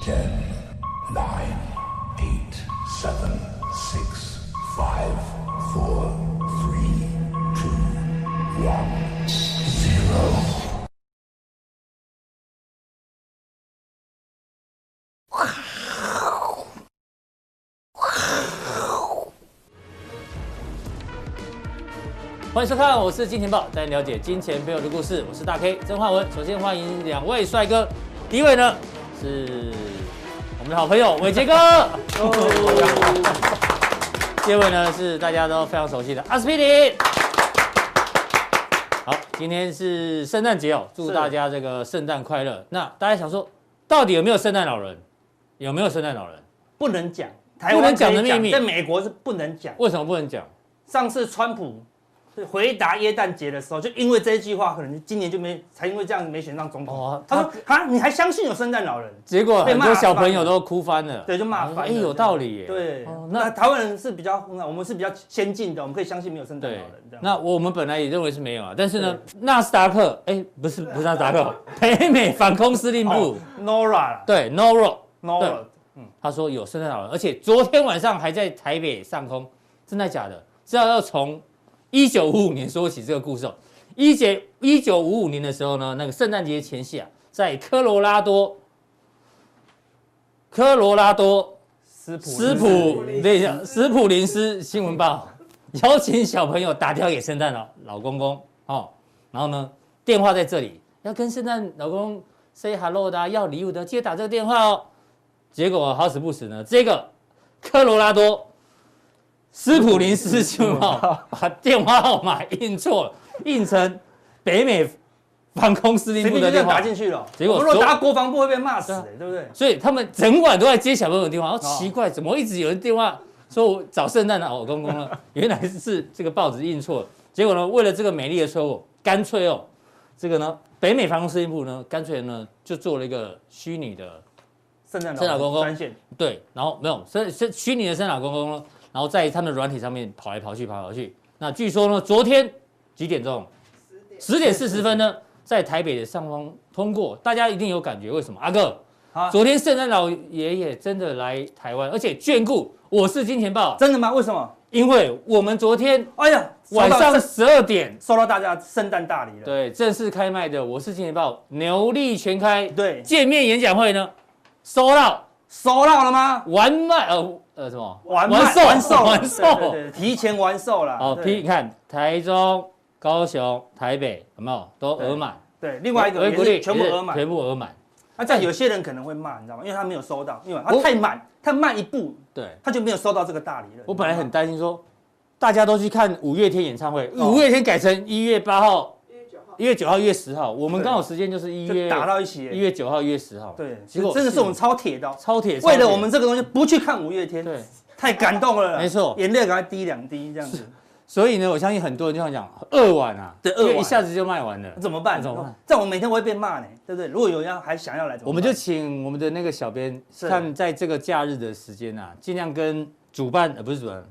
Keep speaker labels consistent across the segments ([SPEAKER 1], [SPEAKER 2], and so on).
[SPEAKER 1] Ten, nine, eight, seven, six, five, four, three, two, one, zero.
[SPEAKER 2] 欢迎收看，我是金钱豹，带您了解金钱背后的故事。我是大 K 曾焕文。首先欢迎两位帅哥，第一位呢是我们的好朋友伟杰 哥，第二位呢是大家都非常熟悉的阿司匹林。好，今天是圣诞节哦，祝大家这个圣诞快乐。那大家想说，到底有没有圣诞老人？有没有圣诞老人？
[SPEAKER 3] 不能讲，台
[SPEAKER 2] 不能
[SPEAKER 3] 湾
[SPEAKER 2] 讲
[SPEAKER 3] 可以
[SPEAKER 2] 的秘密
[SPEAKER 3] 在美国是不能讲。
[SPEAKER 2] 为什么不能讲？
[SPEAKER 3] 上次川普回答耶诞节的时候，就因为这一句话，可能今年就没才因为这样没选上总统。
[SPEAKER 2] 哦
[SPEAKER 3] 他说啊，你还相信有圣诞老人？
[SPEAKER 2] 结果
[SPEAKER 3] 被
[SPEAKER 2] 很
[SPEAKER 3] 骂
[SPEAKER 2] 多小
[SPEAKER 3] 翻
[SPEAKER 2] 朋友
[SPEAKER 3] 了
[SPEAKER 2] 都哭翻了，
[SPEAKER 3] 对，就骂
[SPEAKER 2] 然后说
[SPEAKER 3] 翻
[SPEAKER 2] 哎，
[SPEAKER 3] 了
[SPEAKER 2] 有道理耶。
[SPEAKER 3] 对，
[SPEAKER 2] 哦那
[SPEAKER 3] 那台湾人是比较，我们是比较先进的，我们可以相信没有圣诞老
[SPEAKER 2] 对
[SPEAKER 3] 人这，样。
[SPEAKER 2] 那我们本来也认为是没有啊，但是呢，纳斯达克，哎，不是不是纳斯达克， 北美反空司令部
[SPEAKER 3] 哦，Nora 啦
[SPEAKER 2] 对 Noro，
[SPEAKER 3] ，Nora，
[SPEAKER 2] 他说有圣诞老人，而且昨天晚上还在台北上空，真的假的？这要要从一九五五年说起这个故事哦。一九一九五五年的时候呢，那个圣诞节前夕啊，在科罗拉多，科罗拉多
[SPEAKER 3] 斯普
[SPEAKER 2] 斯普等一下，斯普林斯新闻报邀请小朋友打电话给圣诞老老公公哦，然后呢，电话在这里，要跟圣诞老公公 say hello 的啊、要礼物的，记得打这个电话哦。结果好死不死呢，这个科罗拉多斯普林斯新闻报把电话号码印错了，印成北美防空司令
[SPEAKER 3] 随
[SPEAKER 2] 部
[SPEAKER 3] 便
[SPEAKER 2] 的
[SPEAKER 3] 就这
[SPEAKER 2] 电
[SPEAKER 3] 样
[SPEAKER 2] 话
[SPEAKER 3] 打，进去了。
[SPEAKER 2] 结果
[SPEAKER 3] 我们如
[SPEAKER 2] 所
[SPEAKER 3] 果打国防部会被骂死
[SPEAKER 2] 对啊，
[SPEAKER 3] 对不对？
[SPEAKER 2] 所以他们整晚都在接小朋友的电话，然后奇怪，怎么一直有人电话说我找圣诞老公公了？原来是这个报纸印错了。结果呢，为了这个美丽的错误，干脆哦，这个呢，北美防空司令部呢，干脆呢就做了一个虚拟的
[SPEAKER 3] 圣诞
[SPEAKER 2] 圣诞老公公
[SPEAKER 3] 专线，
[SPEAKER 2] 对，然后没有，所以是虚拟的圣诞老公公呢，然后在他们的软体上面跑来跑去，跑来跑去。那据说呢，昨天几点钟？十点四十分呢，在台北的上方通过，大家一定有感觉，为什么？阿哥，
[SPEAKER 3] 啊
[SPEAKER 2] 昨天圣诞老爷爷真的来台湾，而且眷顾我是金钱豹，
[SPEAKER 3] 真的吗？为什么？
[SPEAKER 2] 因为我们昨天
[SPEAKER 3] 哎呀，收到
[SPEAKER 2] 晚上十二点，
[SPEAKER 3] 收到大家圣诞大礼了。
[SPEAKER 2] 对，正式开卖的我是金钱豹牛力全开
[SPEAKER 3] 对，
[SPEAKER 2] 见面演讲会呢，收到
[SPEAKER 3] 收到了吗？
[SPEAKER 2] 完卖，呃呃什么
[SPEAKER 3] 完卖
[SPEAKER 2] 完售
[SPEAKER 3] 完售
[SPEAKER 2] 完
[SPEAKER 3] 对对
[SPEAKER 2] 售，
[SPEAKER 3] 对提前完售了。
[SPEAKER 2] 好，
[SPEAKER 3] 对
[SPEAKER 2] 批你看台中、高雄、台北有没有都额满？
[SPEAKER 3] 对，另外一个
[SPEAKER 2] 回
[SPEAKER 3] 也
[SPEAKER 2] 鼓励
[SPEAKER 3] 是全部
[SPEAKER 2] 也是
[SPEAKER 3] 额满。
[SPEAKER 2] 全部额满，
[SPEAKER 3] 那这样有些人可能会骂，你知道吗？因为他没有收到，因为他
[SPEAKER 2] 我
[SPEAKER 3] 太慢，他慢一步
[SPEAKER 2] 对。
[SPEAKER 3] 他就没有收到这个大礼了。
[SPEAKER 2] 我本来很担心说，大家都去看五月天演唱会，
[SPEAKER 3] 哦
[SPEAKER 2] 五月天改成一月八号、一月九号、一月十号，我们
[SPEAKER 3] 对
[SPEAKER 2] 刚好时间就是一
[SPEAKER 3] 你知道吗
[SPEAKER 2] 月
[SPEAKER 3] 就打到一起
[SPEAKER 2] 一
[SPEAKER 3] 耶，
[SPEAKER 2] 月九号、一月十号，
[SPEAKER 3] 对，
[SPEAKER 2] 结果
[SPEAKER 3] 真的是我们
[SPEAKER 2] 是
[SPEAKER 3] 超铁的哦，
[SPEAKER 2] 超铁，
[SPEAKER 3] 为了
[SPEAKER 2] 超铁
[SPEAKER 3] 我们这个东西不去看五月天，
[SPEAKER 2] 对，
[SPEAKER 3] 太感动了啦，
[SPEAKER 2] 没错
[SPEAKER 3] 眼泪赶快滴两滴这样子，
[SPEAKER 2] 所以呢，我相信很多人就像讲二晚啊，
[SPEAKER 3] 对
[SPEAKER 2] 因为
[SPEAKER 3] 二晚
[SPEAKER 2] 一下子就卖完了。
[SPEAKER 3] 怎么办？
[SPEAKER 2] 怎么办
[SPEAKER 3] 这样我每天我会被骂呢，对不对？如果有人要还想要来，怎么办
[SPEAKER 2] 我们就请我们的那个小编
[SPEAKER 3] 是
[SPEAKER 2] 看，在这个假日的时间啊，尽量跟主办呃不是主办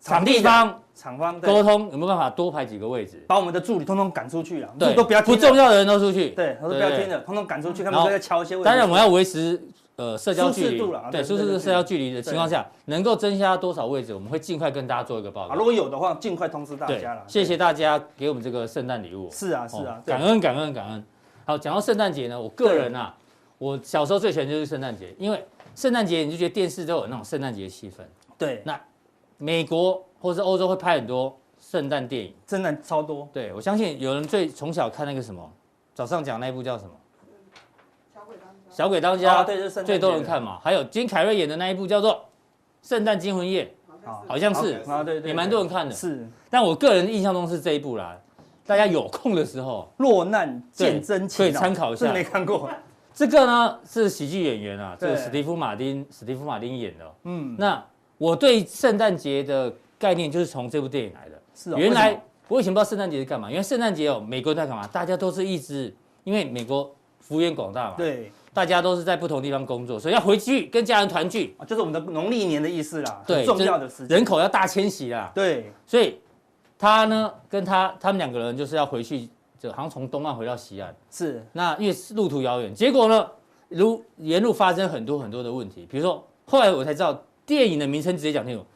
[SPEAKER 2] 场
[SPEAKER 3] 场地
[SPEAKER 2] 地方
[SPEAKER 3] 厂方对
[SPEAKER 2] 沟通，有没有办法多排几个位置？
[SPEAKER 3] 把我们的助理通通赶出去了，
[SPEAKER 2] 对，
[SPEAKER 3] 都不要听
[SPEAKER 2] 不
[SPEAKER 3] 了
[SPEAKER 2] 重，要的人都出去。
[SPEAKER 3] 对，他说不
[SPEAKER 2] 对
[SPEAKER 3] 要
[SPEAKER 2] 对
[SPEAKER 3] 听了，通通赶出去，他
[SPEAKER 2] 然
[SPEAKER 3] 们
[SPEAKER 2] 后
[SPEAKER 3] 都在敲一些问题。
[SPEAKER 2] 当然，我们要维持呃社交距
[SPEAKER 3] 舒适
[SPEAKER 2] 离
[SPEAKER 3] 度啦，
[SPEAKER 2] 对，
[SPEAKER 3] 对
[SPEAKER 2] 舒适
[SPEAKER 3] 对
[SPEAKER 2] 度
[SPEAKER 3] 对
[SPEAKER 2] 社交距离的情况
[SPEAKER 3] 对
[SPEAKER 2] 下，能够增加多少位置，我们会尽快跟大家做一个报
[SPEAKER 3] 啊，如
[SPEAKER 2] 告。
[SPEAKER 3] 果有的话，尽快通知大
[SPEAKER 2] 对
[SPEAKER 3] 家了。，
[SPEAKER 2] 谢谢大家给我们这个圣诞礼物
[SPEAKER 3] 对。。是啊，是
[SPEAKER 2] 哦
[SPEAKER 3] 啊，对
[SPEAKER 2] 感恩感恩感恩。好，讲到圣诞节呢，我个人啊，我小时候最喜欢就是圣诞节，因为圣诞节你就觉得电视都有那种圣诞节气氛，
[SPEAKER 3] 对，
[SPEAKER 2] 美国或是欧洲会拍很多圣诞电影。
[SPEAKER 3] 真的超多。
[SPEAKER 2] 对我相信有人最从小看那个什么，早上讲那一部叫什么？嗯小鬼当家。
[SPEAKER 3] 啊，对，就是圣诞
[SPEAKER 2] 最多人
[SPEAKER 3] 节
[SPEAKER 2] 看嘛。还有金凯瑞演的那一部叫做《圣诞惊魂夜
[SPEAKER 3] 好》，
[SPEAKER 2] 好像是
[SPEAKER 3] 啊，对对，
[SPEAKER 2] 也蛮多人看
[SPEAKER 3] 对
[SPEAKER 2] 的。
[SPEAKER 3] 是
[SPEAKER 2] 但我个人印象中是这一部啦，大家有空的时候，
[SPEAKER 3] 落难见真情
[SPEAKER 2] 对
[SPEAKER 3] 啊，
[SPEAKER 2] 可以参考一下
[SPEAKER 3] 真的没看 过，
[SPEAKER 2] 这个呢是喜剧演员啊，这个
[SPEAKER 3] 对
[SPEAKER 2] 史蒂夫马丁，史蒂夫马丁演的。哦
[SPEAKER 3] 嗯，
[SPEAKER 2] 那我对圣诞节的概念就是从这部电影来的。
[SPEAKER 3] 是哦
[SPEAKER 2] 原
[SPEAKER 3] 为什
[SPEAKER 2] 来
[SPEAKER 3] 么
[SPEAKER 2] 我以前不知道圣诞节是干嘛，原来圣诞节哦，美国人在干嘛？大家都是一直因为美国幅员广大嘛，，
[SPEAKER 3] 对，
[SPEAKER 2] 大家都是在不同地方工作，所以要回去跟家人团聚，
[SPEAKER 3] 啊就是我们的农历年的意思啦，
[SPEAKER 2] 对
[SPEAKER 3] 很重要的时间，
[SPEAKER 2] 人口要大迁徙啦。
[SPEAKER 3] 对，
[SPEAKER 2] 所以他呢跟他他们两个人就是要回去，就好像从东岸回到西岸。
[SPEAKER 3] 是
[SPEAKER 2] 那因为路途遥远，结果呢，如沿路发生很多很多的问题，比如说后来我才知道电影的名称直接讲清楚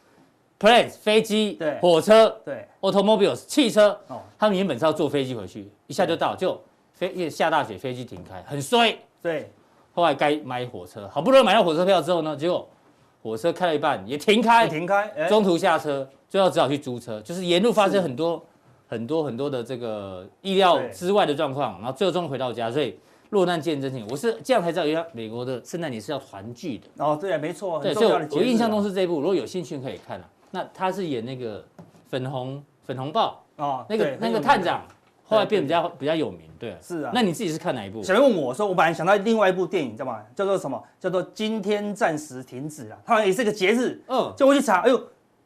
[SPEAKER 2] ，planes 飞机，
[SPEAKER 3] 对
[SPEAKER 2] 火车
[SPEAKER 3] 对，
[SPEAKER 2] automobiles 汽车，
[SPEAKER 3] 哦，
[SPEAKER 2] 他们原本是要坐飞机回去，一下就到，就飞因为下大雪，飞机停开，很衰。
[SPEAKER 3] 对，
[SPEAKER 2] 后来该买火车，好不容易买到火车票之后呢，结果火车开了一半也停开，
[SPEAKER 3] 停开，哎，
[SPEAKER 2] 中途下车，最后只好去租车，就是沿路发生很多很多很多的这个意料
[SPEAKER 3] 对
[SPEAKER 2] 之外的状况，然后最终回到家，所以落难见真情。我是这样才知道，原来美国的圣诞节是要团聚的。
[SPEAKER 3] 哦，对啊，没错，
[SPEAKER 2] 对，
[SPEAKER 3] 很
[SPEAKER 2] 所以我
[SPEAKER 3] 重要的节啊
[SPEAKER 2] 我印象中
[SPEAKER 3] 是
[SPEAKER 2] 是这一部，如果有兴趣可以看啊。那他是演那个粉红粉红豹
[SPEAKER 3] 哦，
[SPEAKER 2] 那个
[SPEAKER 3] 对
[SPEAKER 2] 那
[SPEAKER 3] 很
[SPEAKER 2] 个
[SPEAKER 3] 有
[SPEAKER 2] 探
[SPEAKER 3] 名
[SPEAKER 2] 长，后来
[SPEAKER 3] 对
[SPEAKER 2] 变比较比较有名，对。
[SPEAKER 3] 是啊
[SPEAKER 2] 那你自己是看哪一部？
[SPEAKER 3] 小明问我说，我本来想到另外一部电影，你知道吗？叫做什么？叫做《今天暂时停止》了，它好像也是个节日。
[SPEAKER 2] 嗯，
[SPEAKER 3] 就我去查，哎呦，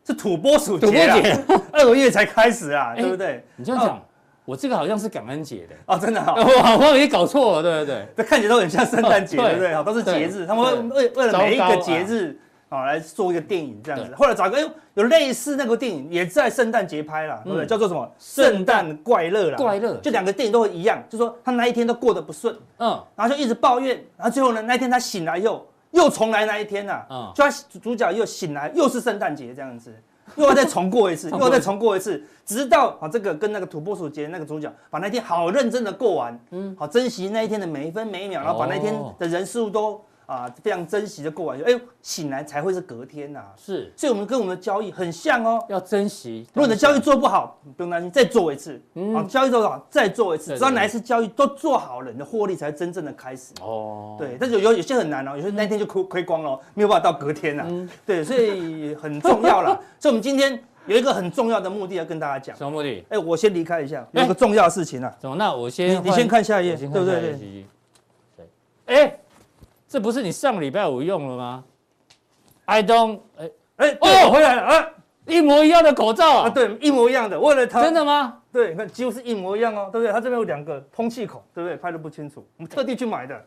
[SPEAKER 3] 是土拨鼠
[SPEAKER 2] 土拨
[SPEAKER 3] 节啦，
[SPEAKER 2] 节， 哎
[SPEAKER 3] 二个月才开始啊，对不对？
[SPEAKER 2] 你这样讲，我这个好像是感恩节的，
[SPEAKER 3] 哦，真的哦，
[SPEAKER 2] 我好像也搞错了，对对对。
[SPEAKER 3] 这看起来都很像圣诞节，
[SPEAKER 2] 哦对
[SPEAKER 3] 对不对？哦好，都是节
[SPEAKER 2] 对
[SPEAKER 3] 日，他们会为为了每一
[SPEAKER 2] 糟
[SPEAKER 3] 个
[SPEAKER 2] 糕啊
[SPEAKER 3] 节日啊来做一个电影这样子。
[SPEAKER 2] 对
[SPEAKER 3] 后来找个哎呦，有类似那个电影也在圣诞节拍了，对不对？
[SPEAKER 2] 嗯
[SPEAKER 3] 叫做什么？
[SPEAKER 2] 圣
[SPEAKER 3] 圣
[SPEAKER 2] 诞
[SPEAKER 3] 诞怪乐啦，
[SPEAKER 2] 怪乐
[SPEAKER 3] 就两个电影都一样，就说他那一天都过得不顺。
[SPEAKER 2] 嗯，
[SPEAKER 3] 然后就一直抱怨，然后最后呢，那一天他醒来又又重来那一天呐、
[SPEAKER 2] 嗯
[SPEAKER 3] 就他主角又醒来，又是圣诞节这样子， 又要再重过一次，又要再重过一次，直到啊这个跟那个土拨鼠节那个主角把那天好认真的过完，嗯，好珍惜那一天的每一分每一秒，然后把那天
[SPEAKER 2] 哦
[SPEAKER 3] 的人事物都啊非常珍惜的过完，哎呦醒来才会是隔天呐、
[SPEAKER 2] 是
[SPEAKER 3] 所以我们跟我们的交易很像哦。
[SPEAKER 2] 要珍惜。
[SPEAKER 3] 如果你的交易做不好，不用担心，再做一次。好，交易做好再做一次，
[SPEAKER 2] 对
[SPEAKER 3] 只要
[SPEAKER 2] 对
[SPEAKER 3] 哪一次交易都做好了，你的获利才真正的开始。
[SPEAKER 2] 哦，
[SPEAKER 3] 对，但是有有有些很难哦，有些那天就亏亏光了哦，没有办法到隔天呐、
[SPEAKER 2] 嗯
[SPEAKER 3] 对，所以很重要 啦。所以我们今天有一个很重要的目的要跟大家讲。
[SPEAKER 2] 什么目的？
[SPEAKER 3] 哎，我先离开一下，有一个重要的事情啊，
[SPEAKER 2] 啊怎么？那我
[SPEAKER 3] 你
[SPEAKER 2] 先
[SPEAKER 3] 你先
[SPEAKER 2] 哎换，
[SPEAKER 3] 看下一
[SPEAKER 2] 我
[SPEAKER 3] 页，对
[SPEAKER 2] 先
[SPEAKER 3] 不
[SPEAKER 2] 看下
[SPEAKER 3] 对？
[SPEAKER 2] 一页
[SPEAKER 3] 对，
[SPEAKER 2] 嘻嘻对。哎，这不是你上礼拜五用了吗？I don't，哎，
[SPEAKER 3] 哎，
[SPEAKER 2] 哦
[SPEAKER 3] 哦，回来了啊
[SPEAKER 2] 一模一样的口罩
[SPEAKER 3] 啊，
[SPEAKER 2] 啊，
[SPEAKER 3] 对，啊一模一样的，为了它，
[SPEAKER 2] 真的吗？
[SPEAKER 3] 对，你看几乎是一模一样哦，对不对？它这边有两个通气孔，对不对？拍的不清楚，我们特地去买的。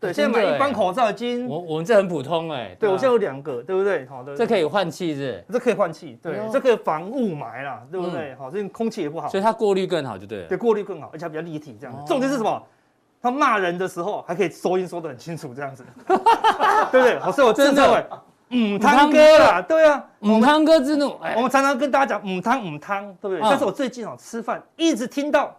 [SPEAKER 3] 对，现在
[SPEAKER 2] 真的
[SPEAKER 3] 买一般
[SPEAKER 2] 哎
[SPEAKER 3] 口罩已经，
[SPEAKER 2] 我我们这很普通哎，
[SPEAKER 3] 对我
[SPEAKER 2] 啊
[SPEAKER 3] 现在有两个，对不对？好的，
[SPEAKER 2] 这可以换气是，
[SPEAKER 3] 这可以换气，对
[SPEAKER 2] 哎呦，
[SPEAKER 3] 这可以防雾霾啦，对不
[SPEAKER 2] 嗯
[SPEAKER 3] 对？好，这空气也不好
[SPEAKER 2] 不是，所以它过滤更好就对了
[SPEAKER 3] 对，。过滤更好，而且它比较立体这样子。
[SPEAKER 2] 哦
[SPEAKER 3] 重点是什么？他骂人的时候还可以收音收得很清楚这样子， 对不对？好，所以我
[SPEAKER 2] 真
[SPEAKER 3] 真
[SPEAKER 2] 的
[SPEAKER 3] 的，嗯，
[SPEAKER 2] 汤
[SPEAKER 3] 汤
[SPEAKER 2] 哥
[SPEAKER 3] 哥啦，对啊。
[SPEAKER 2] 母汤哥之怒，哎
[SPEAKER 3] 我，们常常跟大家讲母汤母汤，对不对？
[SPEAKER 2] 嗯
[SPEAKER 3] 但是我最近哦吃饭一直听到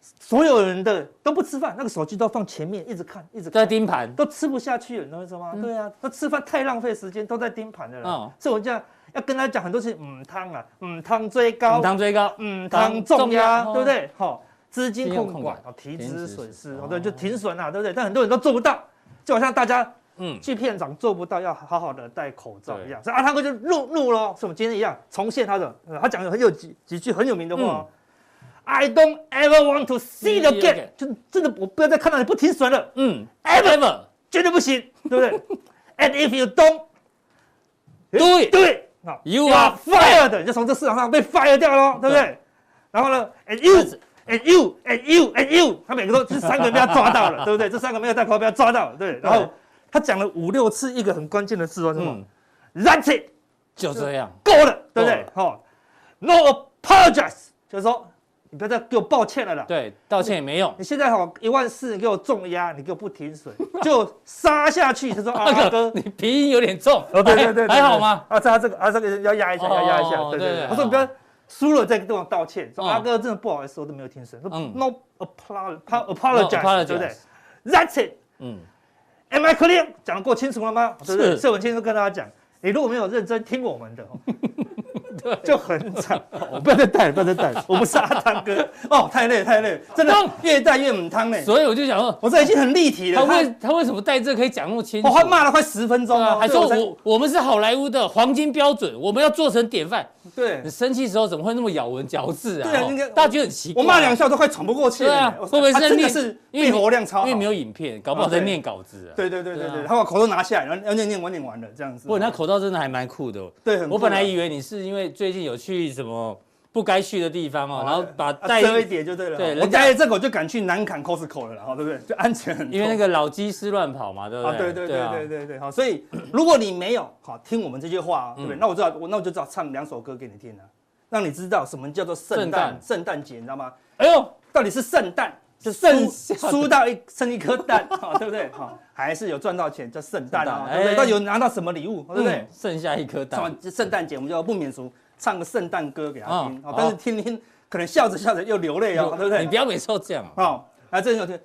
[SPEAKER 3] 所有人的都不吃饭，那个手机都放前面一直看一直看
[SPEAKER 2] 在，盯盘，
[SPEAKER 3] 都吃不下去了，你知道吗？对啊，那吃饭太浪费时间，都在盯盘的
[SPEAKER 2] 嗯哦
[SPEAKER 3] 了。所以我这样要跟他讲很多事情，母汤啊，母汤最高
[SPEAKER 2] 母，汤追高，
[SPEAKER 3] 嗯，当重压，
[SPEAKER 2] 重压哦
[SPEAKER 3] 对不对？好、资金
[SPEAKER 2] 金融
[SPEAKER 3] 控
[SPEAKER 2] 控
[SPEAKER 3] 管
[SPEAKER 2] 管，
[SPEAKER 3] 哦，提
[SPEAKER 2] 停止
[SPEAKER 3] 资损失，
[SPEAKER 2] 哦
[SPEAKER 3] 哦，对，就停损啊，对不对？但很多人都做不到，就好像大家
[SPEAKER 2] 嗯，
[SPEAKER 3] 去片场做不到要好好的戴口罩
[SPEAKER 2] 对
[SPEAKER 3] 一样。所以阿汤哥就怒怒了哦，是我们今天一样重现他的，呃他讲的很有几几句很有名的话哦、I don't ever want to see
[SPEAKER 2] 嗯 See
[SPEAKER 3] it
[SPEAKER 2] it again
[SPEAKER 3] again，就真的我不要再看到你不停损了，
[SPEAKER 2] 嗯
[SPEAKER 3] Ever
[SPEAKER 2] ，ever
[SPEAKER 3] 绝对不行，对不对 ？And if you don't
[SPEAKER 2] do it，
[SPEAKER 3] 对，好
[SPEAKER 2] You are
[SPEAKER 3] fired，你就从这市场上被 fire 掉喽，对不对？然后呢，and you。And you, and you, and you，他每个都这三个被他抓到了，对不对？这三个没有戴口罩被他抓到了，对。然后他讲了五六次一个很关键的字哦，什么、
[SPEAKER 2] 嗯，
[SPEAKER 3] That's it，
[SPEAKER 2] 就这样，
[SPEAKER 3] 够了，对不对？好、n o apologize，就是说你不要再给我抱歉了啦。
[SPEAKER 2] 对，道歉也没用，
[SPEAKER 3] 你现在好一万四，你给我重压，你给我不停损，就杀下去。 他说啊，
[SPEAKER 2] 大
[SPEAKER 3] 阿
[SPEAKER 2] 哥
[SPEAKER 3] 哥，，
[SPEAKER 2] 你鼻音有点重，
[SPEAKER 3] 哦，对对对，对
[SPEAKER 2] 还还好吗？？
[SPEAKER 3] 对啊，这他这个啊，这个要压一下，
[SPEAKER 2] 哦
[SPEAKER 3] 要压一下，
[SPEAKER 2] 对
[SPEAKER 3] 对对对
[SPEAKER 2] 对。
[SPEAKER 3] 我说你不要输了再跟我道歉，说
[SPEAKER 2] 嗯
[SPEAKER 3] 阿哥真的不好意思，我都没有听声，说
[SPEAKER 2] 嗯
[SPEAKER 3] no apolo-
[SPEAKER 2] apologize
[SPEAKER 3] apologize，对不对？That's it。
[SPEAKER 2] 嗯，
[SPEAKER 3] Am I clear？讲得够清楚了吗？对不对？
[SPEAKER 2] 是
[SPEAKER 3] 所以我今天就跟大家讲，你如果没有认真听 我们的哦，就很惨。我不要再带了，不要再 带了，我不是阿汤哥哦，太累太累，真的
[SPEAKER 2] 汤
[SPEAKER 3] 越带越母汤嘞。
[SPEAKER 2] 所以我就想说，
[SPEAKER 3] 我这已经很立体
[SPEAKER 2] 他
[SPEAKER 3] 了，
[SPEAKER 2] 为他为什么带这可以讲那么清楚
[SPEAKER 3] 我？还哦骂了快十分钟
[SPEAKER 2] 对啊
[SPEAKER 3] 哦，
[SPEAKER 2] 还
[SPEAKER 3] 对
[SPEAKER 2] 说
[SPEAKER 3] 才
[SPEAKER 2] 我我们是好莱坞的黄金标准，我们要做成典范。
[SPEAKER 3] 对
[SPEAKER 2] 你。生气时候怎么会那么咬文嚼字啊？
[SPEAKER 3] 对啊
[SPEAKER 2] 哦
[SPEAKER 3] 应该
[SPEAKER 2] 大家觉得很奇怪。
[SPEAKER 3] 我骂两下都快喘不过气
[SPEAKER 2] 对
[SPEAKER 3] 了。
[SPEAKER 2] 啊，
[SPEAKER 3] 我
[SPEAKER 2] 会不会
[SPEAKER 3] 他
[SPEAKER 2] 是
[SPEAKER 3] 真的
[SPEAKER 2] 念
[SPEAKER 3] 是
[SPEAKER 2] 因为
[SPEAKER 3] 肺活量超好？
[SPEAKER 2] 啊因为没有影片，搞不好
[SPEAKER 3] 啊
[SPEAKER 2] 在
[SPEAKER 3] 对
[SPEAKER 2] 念稿子啊。
[SPEAKER 3] 对对对对
[SPEAKER 2] 对啊
[SPEAKER 3] 对，他把口罩拿下来，然后要念念完念完了这样子。
[SPEAKER 2] 不过你那口罩真的还蛮酷的哦。
[SPEAKER 3] 对，很酷啊
[SPEAKER 2] 我本来以为你是因为最近有去什么不该去的地方哦，然后把
[SPEAKER 3] 啊
[SPEAKER 2] 带
[SPEAKER 3] 遮一点就对了。
[SPEAKER 2] 对
[SPEAKER 3] 对，
[SPEAKER 2] 人
[SPEAKER 3] 我
[SPEAKER 2] 家
[SPEAKER 3] 戴了这个我就敢去南坎 Costco 了啦，哦然对不对？就安全很多。
[SPEAKER 2] 因为那个老鸡师乱跑嘛，对不
[SPEAKER 3] 啊，
[SPEAKER 2] 对？
[SPEAKER 3] 对对对
[SPEAKER 2] 啊
[SPEAKER 3] 对对对，好，所以如果你没有好听我们这句话，对
[SPEAKER 2] 嗯
[SPEAKER 3] 不对？那我知道，我那我就知道唱两首歌给你听了，让你知道什么叫做圣
[SPEAKER 2] 圣诞
[SPEAKER 3] 诞圣诞节，你知道吗？
[SPEAKER 2] 哎呦，
[SPEAKER 3] 到底是圣诞就
[SPEAKER 2] 剩
[SPEAKER 3] 输
[SPEAKER 2] 下的
[SPEAKER 3] 输到一剩一 颗蛋，好对不对？好，还是有赚到钱，叫圣诞
[SPEAKER 2] 圣
[SPEAKER 3] 啊，
[SPEAKER 2] 诞
[SPEAKER 3] 对不对？
[SPEAKER 2] 哎
[SPEAKER 3] 到底有拿到什么礼物，对不对
[SPEAKER 2] 嗯？啊剩下一颗蛋
[SPEAKER 3] 圣，圣诞节我们就不免俗，唱个圣诞歌给他听
[SPEAKER 2] 嗯，
[SPEAKER 3] 哦
[SPEAKER 2] 好
[SPEAKER 3] 但是听听可能笑着笑着又流泪哦，对不
[SPEAKER 2] 你
[SPEAKER 3] 对
[SPEAKER 2] 不？要每次都这样哦。
[SPEAKER 3] 好，来这首歌，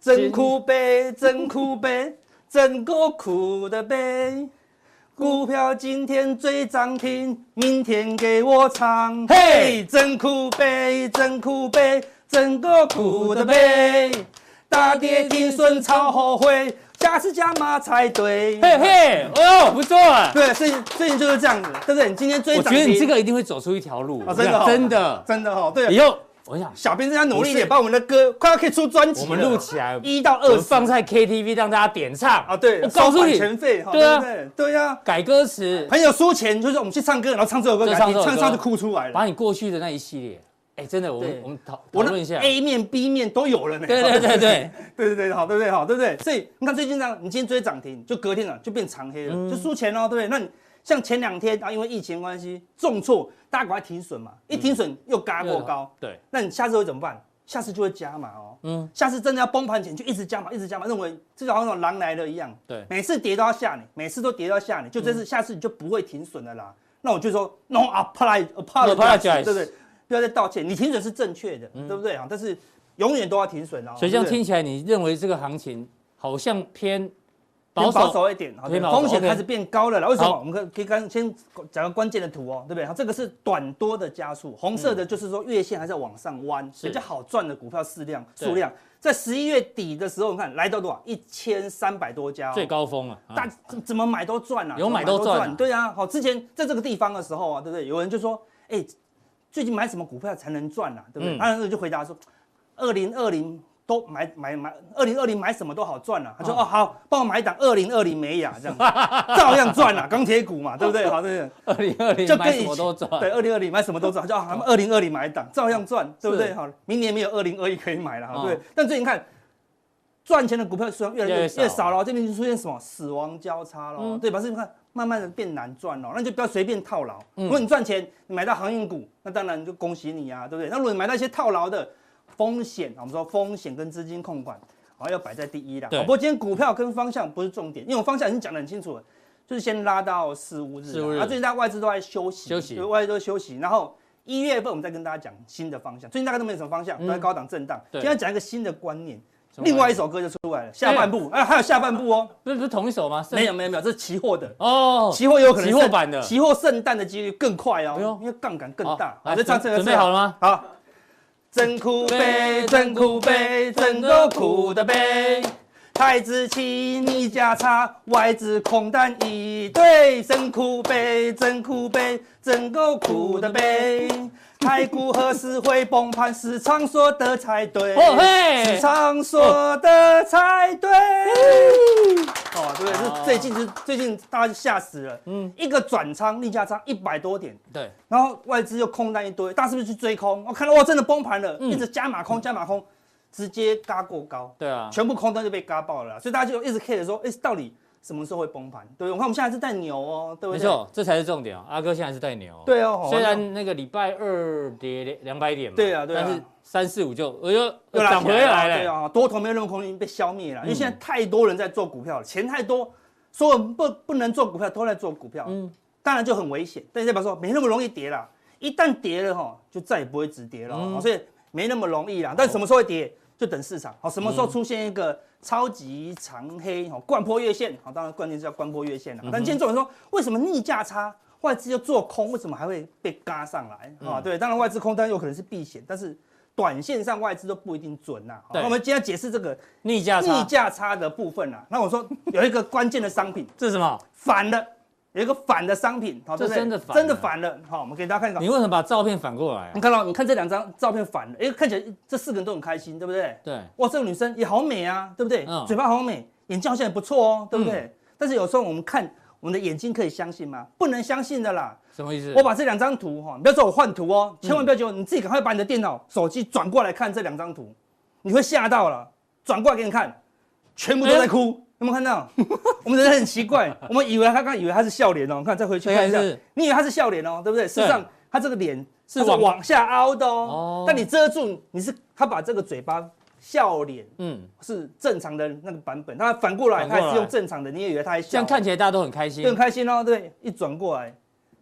[SPEAKER 3] 真苦悲，真苦悲，真够苦的悲。股票今天追涨停，明天给我唱。
[SPEAKER 2] 嘿
[SPEAKER 3] 嘿，真苦悲，真苦悲，真够苦的悲。大跌停损超后悔，加是加码才对。
[SPEAKER 2] 嘿嘿，哦，不错啊！
[SPEAKER 3] 对，事情事情就是这样子，对不对？你今天追
[SPEAKER 2] 我
[SPEAKER 3] 涨
[SPEAKER 2] 觉
[SPEAKER 3] 停，
[SPEAKER 2] 得你这个一定会走出一条路
[SPEAKER 3] 啊，，真的哦
[SPEAKER 2] 真的。
[SPEAKER 3] 真的哦，对。
[SPEAKER 2] 以后我想，
[SPEAKER 3] 小编正在努力一点，
[SPEAKER 2] 不是
[SPEAKER 3] 把我们的歌快要可以出专辑了，
[SPEAKER 2] 我们录起来
[SPEAKER 3] 一到
[SPEAKER 2] 我
[SPEAKER 3] 二
[SPEAKER 2] 们放在 KTV 让大家点唱
[SPEAKER 3] 啊，对，
[SPEAKER 2] 我告诉
[SPEAKER 3] 收
[SPEAKER 2] 你
[SPEAKER 3] 版，权费，哈
[SPEAKER 2] 对啊
[SPEAKER 3] 对啊不对对呀，
[SPEAKER 2] 改歌词，
[SPEAKER 3] 朋友输钱就是我们去唱歌，然后唱这首啊歌给
[SPEAKER 2] 就
[SPEAKER 3] 他
[SPEAKER 2] 唱
[SPEAKER 3] 听，
[SPEAKER 2] 这首
[SPEAKER 3] 唱
[SPEAKER 2] 歌
[SPEAKER 3] 唱就哭出来
[SPEAKER 2] 把
[SPEAKER 3] 了。
[SPEAKER 2] 你过去的那一系列，哎，真的，我
[SPEAKER 3] 对
[SPEAKER 2] 们我们讨讨
[SPEAKER 3] 我
[SPEAKER 2] 论一
[SPEAKER 3] 那哎
[SPEAKER 2] 下。
[SPEAKER 3] A 面、B 面都有了呢。
[SPEAKER 2] 对对对对，
[SPEAKER 3] 对对对，好，对不对？好，对不对？所以你看最近这样，你今天追涨停，就隔天啊就变长黑了，就输钱喽，对不对？那你像前两天啊，因为疫情关系重挫，大家赶快停损嘛，一停损嗯又嘎过高，
[SPEAKER 2] 对，
[SPEAKER 3] 那你下次会怎么办？下次就会加码哦。
[SPEAKER 2] 嗯
[SPEAKER 3] 嗯，下次真的要崩盘前就一直加码，一直加码，认为这就好像那种狼来了一样。
[SPEAKER 2] 对
[SPEAKER 3] 每次跌都要吓你，每次都跌都要吓你，就这次下次你就不会停损了啦。那我就说 no apply
[SPEAKER 2] apologize
[SPEAKER 3] apologize，对不对？不要再道歉，你停损是正确的，对不对啊？但是永远都要停损哦。
[SPEAKER 2] 所以这样
[SPEAKER 3] 对不对
[SPEAKER 2] 听起来，你认为这个行情好像偏保
[SPEAKER 3] 偏保
[SPEAKER 2] 守？
[SPEAKER 3] 守一点，好
[SPEAKER 2] 偏保守
[SPEAKER 3] 风险
[SPEAKER 2] OK
[SPEAKER 3] 开始变高了啦。为什么？
[SPEAKER 2] 好
[SPEAKER 3] 我们可可以刚先讲个关键的图哦，对不对？好，这个是短多的加速，红色的就是说月线还在往上弯，
[SPEAKER 2] 嗯是
[SPEAKER 3] 比较好赚的股票数量
[SPEAKER 2] 对
[SPEAKER 3] 数量，在十一月底的时候，你看来到多少？一千三百多家哦，
[SPEAKER 2] 最高峰了，啊
[SPEAKER 3] 大怎怎么买都赚啊，
[SPEAKER 2] 有买都
[SPEAKER 3] 怎么
[SPEAKER 2] 赚啊
[SPEAKER 3] 对啊。好，之前在这个地方的时候啊，对不对？有人就说，哎，最近买什么股票才能赚啊？对不对？
[SPEAKER 2] 嗯
[SPEAKER 3] 他那时候就回答说，二零二零都买买买，二零二零买什么都好赚啊。他说，哦，好，帮我买一档二零二零美雅这样，照样赚啊，钢铁股嘛，对 不对？好，对不
[SPEAKER 2] 二
[SPEAKER 3] 对？
[SPEAKER 2] 零二零
[SPEAKER 3] 就
[SPEAKER 2] 买
[SPEAKER 3] 跟
[SPEAKER 2] 什
[SPEAKER 3] 以
[SPEAKER 2] 么
[SPEAKER 3] 前
[SPEAKER 2] 都赚，哦
[SPEAKER 3] 对，二零二零买什么都赚，就啊，二零二零买一档，照样赚，对不对？
[SPEAKER 2] 是
[SPEAKER 3] 好，明年没有二零二一可以买了，哈，对
[SPEAKER 2] 嗯。
[SPEAKER 3] 但最近看赚钱的股票数量越来
[SPEAKER 2] 越来
[SPEAKER 3] 越
[SPEAKER 2] 越少嗯
[SPEAKER 3] 越少了，这边就出现什么死亡交叉了，对吧？所以你看，慢慢的变难赚了，那你就不要随便套牢。
[SPEAKER 2] 嗯
[SPEAKER 3] 如果你赚钱，你买到航运股，那当然就恭喜你啊，对不对？那如果你买到一些套牢的风险，我们说风险跟资金控管。好，要摆在第一啦。
[SPEAKER 2] 对
[SPEAKER 3] 好不过今天股票跟方向不是重点，因为我方向已经讲得很清楚了，就是先拉到四五日啦。
[SPEAKER 2] 四五日
[SPEAKER 3] 啊，最近大家外资都在休息，
[SPEAKER 2] 休息
[SPEAKER 3] 对外资都休息。然后一月份我们再跟大家讲新的方向，最近大概都没有什么方向，都在高档震荡。
[SPEAKER 2] 嗯对
[SPEAKER 3] 今天讲一个新的观念，
[SPEAKER 2] 什么
[SPEAKER 3] 另外一首歌就出来了，下半部，哎，还有下半部哦，
[SPEAKER 2] 不是不是同一首吗？是
[SPEAKER 3] 没有没有没有，这是期货的。
[SPEAKER 2] 哦，
[SPEAKER 3] 期货有可能
[SPEAKER 2] 期
[SPEAKER 3] 圣
[SPEAKER 2] 货版的
[SPEAKER 3] 期货圣诞的几率更快
[SPEAKER 2] 哎
[SPEAKER 3] 哦
[SPEAKER 2] 呦，
[SPEAKER 3] 因为杠杆更
[SPEAKER 2] 好
[SPEAKER 3] 大。
[SPEAKER 2] 来
[SPEAKER 3] 好，就唱这
[SPEAKER 2] 准
[SPEAKER 3] 个
[SPEAKER 2] 准备好了吗？
[SPEAKER 3] 好，真苦悲，真苦悲，真够苦的悲。太子气，你家差，外资空单一堆，真苦悲，真苦悲，真够苦的悲。台股何时会崩盘？市场说的才对，
[SPEAKER 2] 哦嘿
[SPEAKER 3] 市场说的才对。哦，对，是最近是最近大家吓死了，嗯，一个转仓利价差一百多点，
[SPEAKER 2] 对，
[SPEAKER 3] 然后外资又空单一堆，大家是不是去追空？我、看到哇，真的崩盘了，一直加码空，加码空，直接嘎过高，
[SPEAKER 2] 对啊
[SPEAKER 3] 全部空单就被嘎爆了啦所以大家就一直 care 说，哎、到底什么时候会崩盘？对不对，我看我们现在是在牛哦，对不
[SPEAKER 2] 没
[SPEAKER 3] 对？，
[SPEAKER 2] 错，这才是重点哦。阿哥现在是带牛，
[SPEAKER 3] 对哦
[SPEAKER 2] 虽然那个礼拜二跌两百点嘛，
[SPEAKER 3] 对啊对啊
[SPEAKER 2] 但是三四五就我又
[SPEAKER 3] 又
[SPEAKER 2] 又
[SPEAKER 3] 拉
[SPEAKER 2] 涨
[SPEAKER 3] 起
[SPEAKER 2] 回来
[SPEAKER 3] 对
[SPEAKER 2] 了，嗯
[SPEAKER 3] 啊，多头没有任何空间被消灭了，因为现在太多人在做股票了，钱太多，所有不不能做股票都在做股票，嗯，当然就很危险，但是代表说没那么容易跌啦，一旦跌了哈，就再也不会止跌了，哦所以没那么容易啦。但什么时候会跌，就等市场好，什么时候出现一个超级长黑哦，贯破月线，好，当然关键是要贯破月线了。但今天重点说，为什么逆价差？外资又做空，为什么还会被嘎上来啊？对，当然外资空单有可能是避险，但是短线上外资都不一定准呐、好
[SPEAKER 2] 对
[SPEAKER 3] 那我们今天解释这个
[SPEAKER 2] 逆价
[SPEAKER 3] 逆
[SPEAKER 2] 差，
[SPEAKER 3] 价差的部分啦、那我说有一个关键的商品
[SPEAKER 2] 这是什么？
[SPEAKER 3] 反了，有一个反的商品，好，
[SPEAKER 2] 这
[SPEAKER 3] 对不对
[SPEAKER 2] 真的反了
[SPEAKER 3] 真的反了。好，我们给大家看一
[SPEAKER 2] 你
[SPEAKER 3] 个，
[SPEAKER 2] 为什么把照片反过来啊
[SPEAKER 3] 你？看到你看这两张照片反了，哎，看起来这四个人都很开心，对不对？
[SPEAKER 2] 对，
[SPEAKER 3] 哇，这个女生也好美啊，对不对？
[SPEAKER 2] 嗯
[SPEAKER 3] 嘴巴好美，眼睛好像也不错哦，对不对？但是有时候我们看我们的眼睛可以相信吗？不能相信的啦。
[SPEAKER 2] 什么意思？
[SPEAKER 3] 我把这两张图哈，你不要说我换图哦，
[SPEAKER 2] 嗯
[SPEAKER 3] 千万不要觉得你自己赶快把你的电脑、手机转过来看这两张图，你会吓到了。转过来给你看，全部都在
[SPEAKER 2] 哎
[SPEAKER 3] 哭，有没有看到？我们人很 奇怪，我们以为他刚刚以为他是笑脸哦，你看再回去看一下
[SPEAKER 2] 应该是，
[SPEAKER 3] 你以为他是笑脸哦，对不对？事实上
[SPEAKER 2] 对
[SPEAKER 3] 他这个脸是
[SPEAKER 2] 往
[SPEAKER 3] 往下凹的
[SPEAKER 2] 哦，
[SPEAKER 3] 哦但你遮住，你是他把这个嘴巴笑脸
[SPEAKER 2] 嗯，
[SPEAKER 3] 是正常的那个版本，那反过来
[SPEAKER 2] 反
[SPEAKER 3] 他
[SPEAKER 2] 过
[SPEAKER 3] 也是用
[SPEAKER 2] 来
[SPEAKER 3] 正常的，你也以为他还笑，
[SPEAKER 2] 这样看起来大家都很开心
[SPEAKER 3] 更，开心哦，对不对？一转过来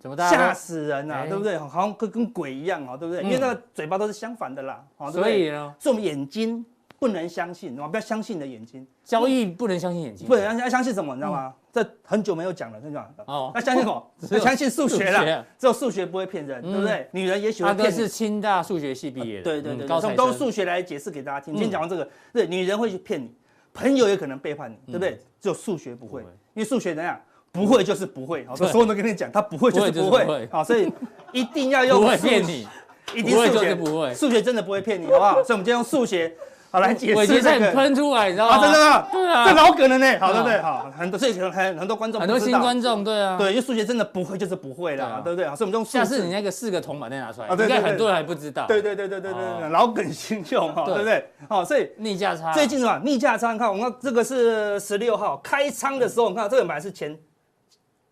[SPEAKER 2] 怎哦么大家
[SPEAKER 3] 吓
[SPEAKER 2] 都？
[SPEAKER 3] 死人啊，
[SPEAKER 2] 哎
[SPEAKER 3] 对不对？好像跟跟鬼一样哦，对不对？因为
[SPEAKER 2] 嗯
[SPEAKER 3] 那个嘴巴都是相反的啦，哦，对不
[SPEAKER 2] 所
[SPEAKER 3] 对
[SPEAKER 2] 以呢，
[SPEAKER 3] 所以我们眼睛不能相信，哦，不要相信你的眼睛，
[SPEAKER 2] 交易不能相信眼睛，
[SPEAKER 3] 不能啊相信要相信什么，你知道吗？这很久没有讲了，真的。
[SPEAKER 2] 嗯哦
[SPEAKER 3] 要相信什么？
[SPEAKER 2] 只
[SPEAKER 3] 要
[SPEAKER 2] 有
[SPEAKER 3] 相信数学
[SPEAKER 2] 数学
[SPEAKER 3] 啦，只有数学不会骗人，对不对？女人也许
[SPEAKER 2] 阿
[SPEAKER 3] 会
[SPEAKER 2] 哥
[SPEAKER 3] 骗
[SPEAKER 2] 是
[SPEAKER 3] 人。
[SPEAKER 2] 清大数学系毕业的，
[SPEAKER 3] 对对对，
[SPEAKER 2] 嗯高
[SPEAKER 3] 对
[SPEAKER 2] 材生
[SPEAKER 3] 从
[SPEAKER 2] 嗯
[SPEAKER 3] 都数学来解释给大家听。先讲完这个，对，女人会去骗你，朋友也可能背叛你，对不对？只有数学不会
[SPEAKER 2] 嗯不会，
[SPEAKER 3] 因为数学怎样？不会就是不会，好，
[SPEAKER 2] 对
[SPEAKER 3] 所有人都跟你讲，他不会就是
[SPEAKER 2] 不
[SPEAKER 3] 不
[SPEAKER 2] 会就是不会
[SPEAKER 3] 会，好，所以一定要用
[SPEAKER 2] 不会
[SPEAKER 3] 数
[SPEAKER 2] 骗你，
[SPEAKER 3] 一定数
[SPEAKER 2] 不会就
[SPEAKER 3] 学
[SPEAKER 2] 是不会
[SPEAKER 3] 数学真的不会骗你，好不好？所以我们今天用数学好来解
[SPEAKER 2] 我已
[SPEAKER 3] 释
[SPEAKER 2] 经
[SPEAKER 3] 这
[SPEAKER 2] 在
[SPEAKER 3] 个。
[SPEAKER 2] 喷出来，你知道
[SPEAKER 3] 啊，
[SPEAKER 2] 吗？
[SPEAKER 3] 真的啊，
[SPEAKER 2] 对啊
[SPEAKER 3] 这老梗了呢，
[SPEAKER 2] 对
[SPEAKER 3] 好对
[SPEAKER 2] 啊
[SPEAKER 3] 不对？好，很多所以可能很很多观众
[SPEAKER 2] 很多
[SPEAKER 3] 不知
[SPEAKER 2] 新
[SPEAKER 3] 道
[SPEAKER 2] 观众，对啊，
[SPEAKER 3] 对，因为数学真的不会就是不会
[SPEAKER 2] 对啊
[SPEAKER 3] 啦，对不对？好所以我们用数
[SPEAKER 2] 下次
[SPEAKER 3] 字
[SPEAKER 2] 你那个四个铜板再拿出来，
[SPEAKER 3] 啊对
[SPEAKER 2] 应该
[SPEAKER 3] 对对
[SPEAKER 2] 很多人还不知道。
[SPEAKER 3] 对对对对对对
[SPEAKER 2] 哦
[SPEAKER 3] 对，老梗新用哈，
[SPEAKER 2] 对
[SPEAKER 3] 对不对？好，所以
[SPEAKER 2] 逆价差
[SPEAKER 3] 最近什么逆价差，你看我们看这个是十六号开仓的时候，你看这个买的是前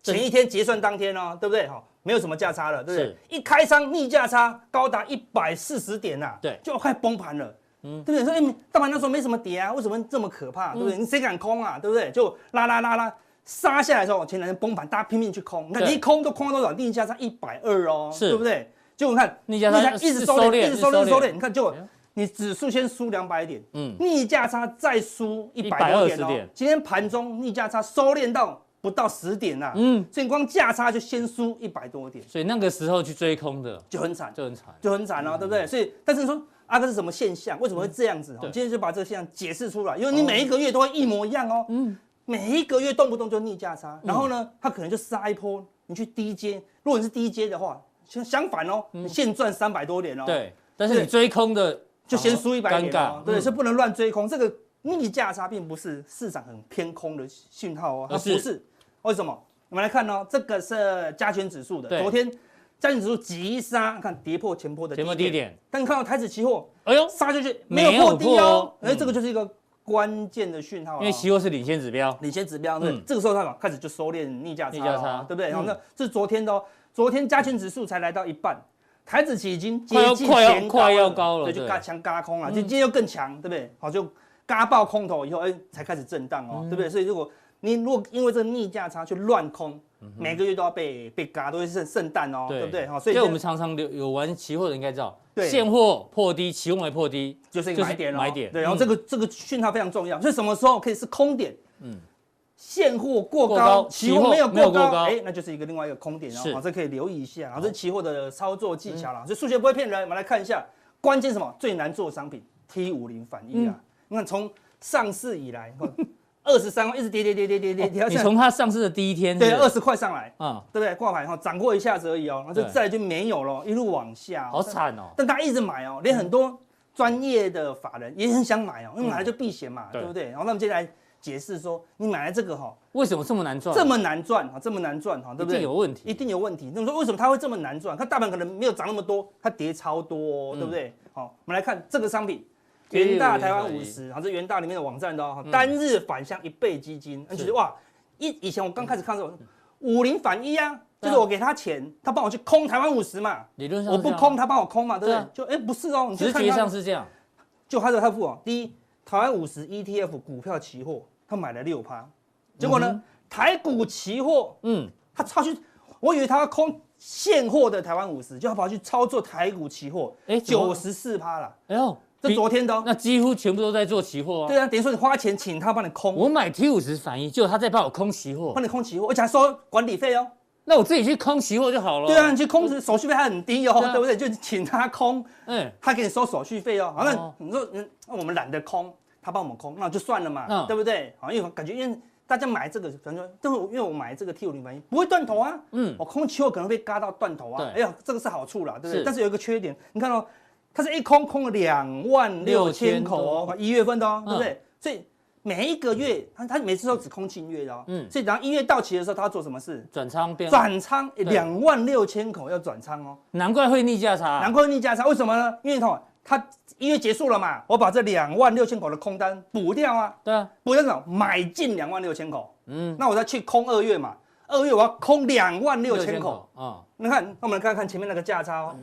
[SPEAKER 3] 前一天结算当天哦，对不对？好，没有什么价差了，对不对
[SPEAKER 2] 是？
[SPEAKER 3] 一开仓逆价差高达一百四十点呐，
[SPEAKER 2] 对嗯
[SPEAKER 3] 就快崩盘了。对不对？说哎，大盘那时候没什么跌啊，为什么这么可怕？对不对？你谁敢空啊？对不对？就拉拉拉拉杀下来的时候，前两天崩盘，大家拼命去空，你看
[SPEAKER 2] 对
[SPEAKER 3] 你一空都空到多少？逆价差一百二哦，
[SPEAKER 2] 是
[SPEAKER 3] 对不对？结果你看
[SPEAKER 2] 逆价差
[SPEAKER 3] 一直
[SPEAKER 2] 是
[SPEAKER 3] 收
[SPEAKER 2] 收敛
[SPEAKER 3] 敛，一
[SPEAKER 2] 是
[SPEAKER 3] 直收
[SPEAKER 2] 收
[SPEAKER 3] 敛，收
[SPEAKER 2] 敛
[SPEAKER 3] 敛。你看，结果
[SPEAKER 2] 哎呀
[SPEAKER 3] 你指数先输两百点，
[SPEAKER 2] 嗯
[SPEAKER 3] 逆价差再输一百多点
[SPEAKER 2] 120
[SPEAKER 3] 哦。
[SPEAKER 2] 点
[SPEAKER 3] 今天盘中逆价差收敛到不到十点啦、
[SPEAKER 2] 嗯，
[SPEAKER 3] 所以你光价差就先输一百多点，
[SPEAKER 2] 所以那个时候去追空的
[SPEAKER 3] 就很惨，
[SPEAKER 2] 就很惨。
[SPEAKER 3] 就很惨了、啊对不对？所以，但是你说阿哥是什么现象？为什么会这样子？我
[SPEAKER 2] 嗯对哦
[SPEAKER 3] 今天就把这个现象解释出来，因为你每一个月都会一模一样哦。嗯，每一个月动不动就逆价差，
[SPEAKER 2] 嗯
[SPEAKER 3] 然后呢，它可能就杀一波，你去低阶，如果你是低阶的话，相相反哦，你现赚三百多点哦。。
[SPEAKER 2] 嗯对，但是你
[SPEAKER 3] 对
[SPEAKER 2] 追空的
[SPEAKER 3] 就先输一百
[SPEAKER 2] 尴
[SPEAKER 3] 点、
[SPEAKER 2] 尬
[SPEAKER 3] 哦，，对，
[SPEAKER 2] 嗯
[SPEAKER 3] 是不能乱追空。这个逆价差并不是市场很偏空的讯号哦，它
[SPEAKER 2] 而是
[SPEAKER 3] 不是。为什么？我们来看哦，这个是加权指数
[SPEAKER 2] 对
[SPEAKER 3] 的，昨天加权指数急杀，看跌破前波的
[SPEAKER 2] 前波低点。
[SPEAKER 3] 但你看到台指期货
[SPEAKER 2] 哎呦，
[SPEAKER 3] 杀出去
[SPEAKER 2] 没
[SPEAKER 3] 没
[SPEAKER 2] 有
[SPEAKER 3] 有破低
[SPEAKER 2] 破哦
[SPEAKER 3] 哦，
[SPEAKER 2] 嗯
[SPEAKER 3] 哎，这个就是一个关键的讯号、哦，
[SPEAKER 2] 因为期货是领先指标，
[SPEAKER 3] 哦领先指标，对，
[SPEAKER 2] 嗯
[SPEAKER 3] 这个时候它开始就收敛逆价差
[SPEAKER 2] 逆价
[SPEAKER 3] 了
[SPEAKER 2] 差
[SPEAKER 3] 哦，对不对？然
[SPEAKER 2] 嗯
[SPEAKER 3] 后那这是昨天的哦，昨天加权指数才来到一半，台子期已经接
[SPEAKER 2] 快要
[SPEAKER 3] 近
[SPEAKER 2] 快要
[SPEAKER 3] 前高
[SPEAKER 2] 快要高了
[SPEAKER 3] 对，
[SPEAKER 2] 对嗯
[SPEAKER 3] 就嘎强嘎空啊了，就今天又更强，对不对？好，就嘎爆空头以后，哎，才开始震荡
[SPEAKER 2] 嗯
[SPEAKER 3] 哦，对不对？所以如果你如果因为这个逆价差去乱空，
[SPEAKER 2] 嗯
[SPEAKER 3] 每个月都要被被嘎，都会是圣诞哦，对不对？好，所以
[SPEAKER 2] 我们常常有有玩期货的应该知道，
[SPEAKER 3] 对
[SPEAKER 2] 现货破低，期货没破低，
[SPEAKER 3] 就是一个买点、哦，
[SPEAKER 2] 买点。
[SPEAKER 3] 对，然后
[SPEAKER 2] 嗯
[SPEAKER 3] 这个、这个讯号非常重要，所以什么时候可以是空点？嗯，现货过
[SPEAKER 2] 过
[SPEAKER 3] 高
[SPEAKER 2] 高，
[SPEAKER 3] 期
[SPEAKER 2] 期货
[SPEAKER 3] 货没有
[SPEAKER 2] 没有
[SPEAKER 3] 过
[SPEAKER 2] 过高
[SPEAKER 3] 高，哎，那就是一个另外一个空点哦
[SPEAKER 2] 是，
[SPEAKER 3] 好，这可以留意一下。然后这期货的操作技巧啦，所以数学不会骗人。我们来看一下，关键是什么？最难做的商品 T 五零反一
[SPEAKER 2] 嗯
[SPEAKER 3] 啊，你看从上市以来，哦 二十三一直跌跌跌跌跌跌跌，到
[SPEAKER 2] 哦你
[SPEAKER 3] 现在
[SPEAKER 2] 从它上市的第一天是不
[SPEAKER 3] 对
[SPEAKER 2] 是，
[SPEAKER 3] 二十块上来，
[SPEAKER 2] 啊，
[SPEAKER 3] 对不对？挂牌哈，涨过一下子而已哦，然后就
[SPEAKER 2] 对
[SPEAKER 3] 再来就没有了，一路往下哦，
[SPEAKER 2] 好惨哦，
[SPEAKER 3] 但他一直买哦，连很多专业的法人也很想买哦，因为买来就避险嘛，
[SPEAKER 2] 嗯对
[SPEAKER 3] 对不对？然后他们接下来解释说，你买来这个哈、
[SPEAKER 2] 为什么这么难赚？
[SPEAKER 3] 这么难赚哦哈，这么难赚哈，对不
[SPEAKER 2] 嗯一定
[SPEAKER 3] 对？
[SPEAKER 2] 有问题
[SPEAKER 3] 一定有问题。那你说为什么它会这么难赚？它大盘可能没有涨那么多，它跌超多、哦，对不
[SPEAKER 2] 嗯
[SPEAKER 3] 对？好、我们来看这个商品。元大台湾五十，然后这元大里面的网站的
[SPEAKER 2] 嗯
[SPEAKER 3] 哦，单日反向一倍基金，你觉得哇，一以前我刚开始看的时
[SPEAKER 2] 嗯
[SPEAKER 3] 候，五零反一啊，
[SPEAKER 2] 对
[SPEAKER 3] 就
[SPEAKER 2] 啊
[SPEAKER 3] 是我给他钱，他帮我去空台湾五十嘛，
[SPEAKER 2] 理论上
[SPEAKER 3] 我
[SPEAKER 2] 是这
[SPEAKER 3] 不
[SPEAKER 2] 样
[SPEAKER 3] 空，，他帮我空嘛，对不
[SPEAKER 2] 对
[SPEAKER 3] 对
[SPEAKER 2] 啊？
[SPEAKER 3] 就哎，不是哦，你去
[SPEAKER 2] 直
[SPEAKER 3] 看
[SPEAKER 2] 觉
[SPEAKER 3] 它
[SPEAKER 2] 上是这样，
[SPEAKER 3] 就他的他付哦，第一，台湾五十 ETF 股票期货，他买了六趴，结果呢，台股期货
[SPEAKER 2] 嗯，
[SPEAKER 3] 他操去，我以为他要空现货的台湾五十，就他跑去操作台股期货，
[SPEAKER 2] 哎怎么
[SPEAKER 3] 九十四趴啦，
[SPEAKER 2] 哎呦，
[SPEAKER 3] 这
[SPEAKER 2] 比
[SPEAKER 3] 昨天的哦，
[SPEAKER 2] 那几乎全部都在做期货啊。
[SPEAKER 3] 对啊，等于说你花钱请他帮你空，
[SPEAKER 2] 我买 T 五十反一，就他在帮我空期货
[SPEAKER 3] 帮，你空期货，而且还收管理费哦，
[SPEAKER 2] 那我自己去空期货就好了。
[SPEAKER 3] 对啊，你，去空手续费还很低哦
[SPEAKER 2] 哦对啊，
[SPEAKER 3] 对不对？就请他空，
[SPEAKER 2] 哎，
[SPEAKER 3] 他给你收手续费哦。好，
[SPEAKER 2] 哦
[SPEAKER 3] 那你说，嗯，那我们懒得空，他帮我们空，那就算了嘛，
[SPEAKER 2] 嗯
[SPEAKER 3] 对不对？好，因为感觉因为大家买这个，可能说，但是因为我买这个 T 五零反一不会断头啊，
[SPEAKER 2] 嗯
[SPEAKER 3] 嗯，我空期货可能会被嘎到断头啊
[SPEAKER 2] 对，
[SPEAKER 3] 哎呀，这个是好处啦，对不
[SPEAKER 2] 是
[SPEAKER 3] 对？但是有一个缺点，你看哦，它是一空空了两万六千口哦，一月份的哦，对不对？所以。每一个月，他他每次都只空七月的哦，
[SPEAKER 2] 嗯
[SPEAKER 3] 嗯，所以然后一月到期的时候，他要做什么事？
[SPEAKER 2] 转仓变，
[SPEAKER 3] 转仓，哎两万六千口要转仓哦，
[SPEAKER 2] 难怪会逆价差
[SPEAKER 3] 难
[SPEAKER 2] 啊。
[SPEAKER 3] 怪逆价差，为什么呢？因为吼，它一月结束了嘛，我把这两万六千口的空单补掉啊，
[SPEAKER 2] 对啊，
[SPEAKER 3] 补掉什么？买进两万六千口，
[SPEAKER 2] 嗯，
[SPEAKER 3] 那我再去空二月嘛，二月我要空两万六千口。
[SPEAKER 2] 啊，
[SPEAKER 3] 嗯哦你看，那我们来看看前面那个价差哦。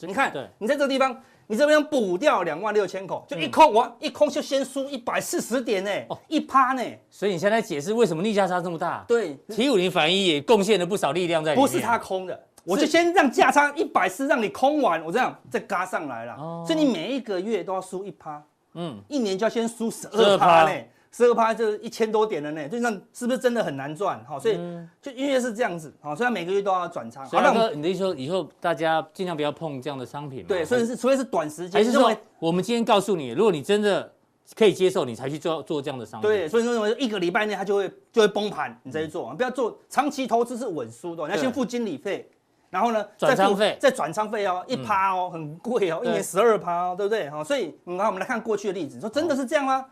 [SPEAKER 3] 你看
[SPEAKER 2] 对，
[SPEAKER 3] 你在这个地方，你这边补掉两万六千口，就一空，我一空就先输一百四十点呢，一趴呢，
[SPEAKER 2] 所以你现在解释为什么逆价差这么大？
[SPEAKER 3] 对，
[SPEAKER 2] ，T 五零反一也贡献了不少力量在里
[SPEAKER 3] 不
[SPEAKER 2] 面。
[SPEAKER 3] 是它空的，我就先让价差一百四让你空完，我这样再嘎上来了，所以你每一个月都要输一趴，
[SPEAKER 2] 哦嗯，
[SPEAKER 3] 一年就要先输十二
[SPEAKER 2] 12%
[SPEAKER 3] 趴呢，十二趴就一千多点了呢，就那是不是真的很难赚？好，所以就因为是这样子，好，所以它每个月都要转仓，
[SPEAKER 2] 嗯所
[SPEAKER 3] 好，
[SPEAKER 2] 以
[SPEAKER 3] 那
[SPEAKER 2] 大
[SPEAKER 3] 我们
[SPEAKER 2] 哥，你的意思说以后大家尽量不要碰这样的商品嘛？
[SPEAKER 3] 对，所以是除非是短时间，
[SPEAKER 2] 还是
[SPEAKER 3] 认
[SPEAKER 2] 说
[SPEAKER 3] 为
[SPEAKER 2] 我们今天告诉你，如果你真的可以接受，你才去做做这样的商品。
[SPEAKER 3] 对，所以说我一个礼拜内它就会就会崩盘，你再去做，不要做长期投资是稳输的，你要
[SPEAKER 2] 嗯对
[SPEAKER 3] 先付经理费，然后呢
[SPEAKER 2] 转
[SPEAKER 3] 再付
[SPEAKER 2] 仓费嗯
[SPEAKER 3] 再转仓费哦，一趴哦，很贵哦，一
[SPEAKER 2] 对
[SPEAKER 3] 年十二趴哦，对不对？好，所以嗯然后我们来看过去的例子，说真的是这样吗？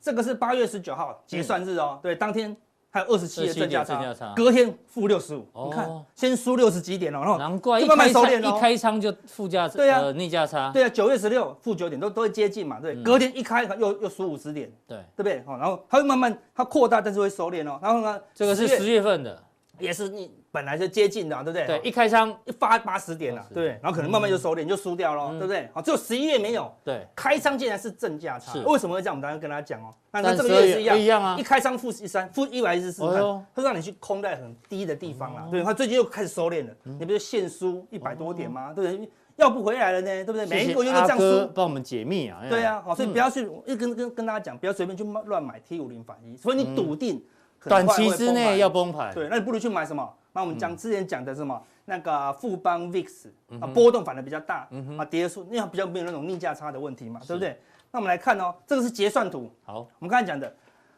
[SPEAKER 3] 这个是八月十九号结算日
[SPEAKER 2] 嗯
[SPEAKER 3] 哦，对，当天还有二十七的
[SPEAKER 2] 27
[SPEAKER 3] 正价
[SPEAKER 2] 的正
[SPEAKER 3] 差
[SPEAKER 2] 价差，
[SPEAKER 3] 隔天负六十五，
[SPEAKER 2] 哦
[SPEAKER 3] 你看先输六十几点哦，然后
[SPEAKER 2] 难怪一
[SPEAKER 3] 就慢慢
[SPEAKER 2] 开
[SPEAKER 3] 收
[SPEAKER 2] 仓
[SPEAKER 3] 敛哦
[SPEAKER 2] 一开仓就负价，
[SPEAKER 3] 对啊
[SPEAKER 2] 呃逆价差，
[SPEAKER 3] 对啊，九月十六负九点都都会接近嘛，对，
[SPEAKER 2] 嗯
[SPEAKER 3] 隔天一开又又输五十点，
[SPEAKER 2] 对，
[SPEAKER 3] 对不对？好，然后它会慢慢它扩大，但是会收敛哦。然后呢，
[SPEAKER 2] 这个是
[SPEAKER 3] 10
[SPEAKER 2] 十月份的，
[SPEAKER 3] 也是你本来就接近的啊、对不对？
[SPEAKER 2] 对，一哦开仓，
[SPEAKER 3] 一发八十点了、
[SPEAKER 2] 80
[SPEAKER 3] 对，然后可能慢慢就收敛，就输掉了，对不对？好，只有十一月没有。
[SPEAKER 2] 嗯对，
[SPEAKER 3] 开仓竟然是正价差
[SPEAKER 2] 是，
[SPEAKER 3] 为什么会这样？我们等一下跟大家讲哦。那
[SPEAKER 2] 但
[SPEAKER 3] 这个月也是
[SPEAKER 2] 12
[SPEAKER 3] 一样，
[SPEAKER 2] 一样啊
[SPEAKER 3] 一开仓负十三，负一百一十四，
[SPEAKER 2] 哎呦哦
[SPEAKER 3] 它让你去空在很低的地方啦。对，它最近又开始收敛了，
[SPEAKER 2] 嗯
[SPEAKER 3] 你不是现输一百多点吗？对不对？要不回来了呢，对不对？每一个月
[SPEAKER 2] 谢谢
[SPEAKER 3] 都这
[SPEAKER 2] 阿
[SPEAKER 3] 样
[SPEAKER 2] 哥
[SPEAKER 3] 输，
[SPEAKER 2] 帮我们解密啊，哎呀
[SPEAKER 3] 对啊，好，所以不要去，一跟跟跟大家讲，不要随便去乱买 T 五零反一，所以你笃定可能
[SPEAKER 2] 嗯短
[SPEAKER 3] 快
[SPEAKER 2] 期
[SPEAKER 3] 会
[SPEAKER 2] 之
[SPEAKER 3] 崩
[SPEAKER 2] 内
[SPEAKER 3] 盘
[SPEAKER 2] 要嗯崩盘，
[SPEAKER 3] 对，那你不如去买什么？那我们讲之前讲的什么那个富邦 VIX
[SPEAKER 2] 嗯
[SPEAKER 3] 啊，波动反而比较大啊，跌数因为它比较没有那种逆价差的问题嘛，对不对？那我们来看哦，这个是结算图，
[SPEAKER 2] 好，
[SPEAKER 3] 我们刚才讲的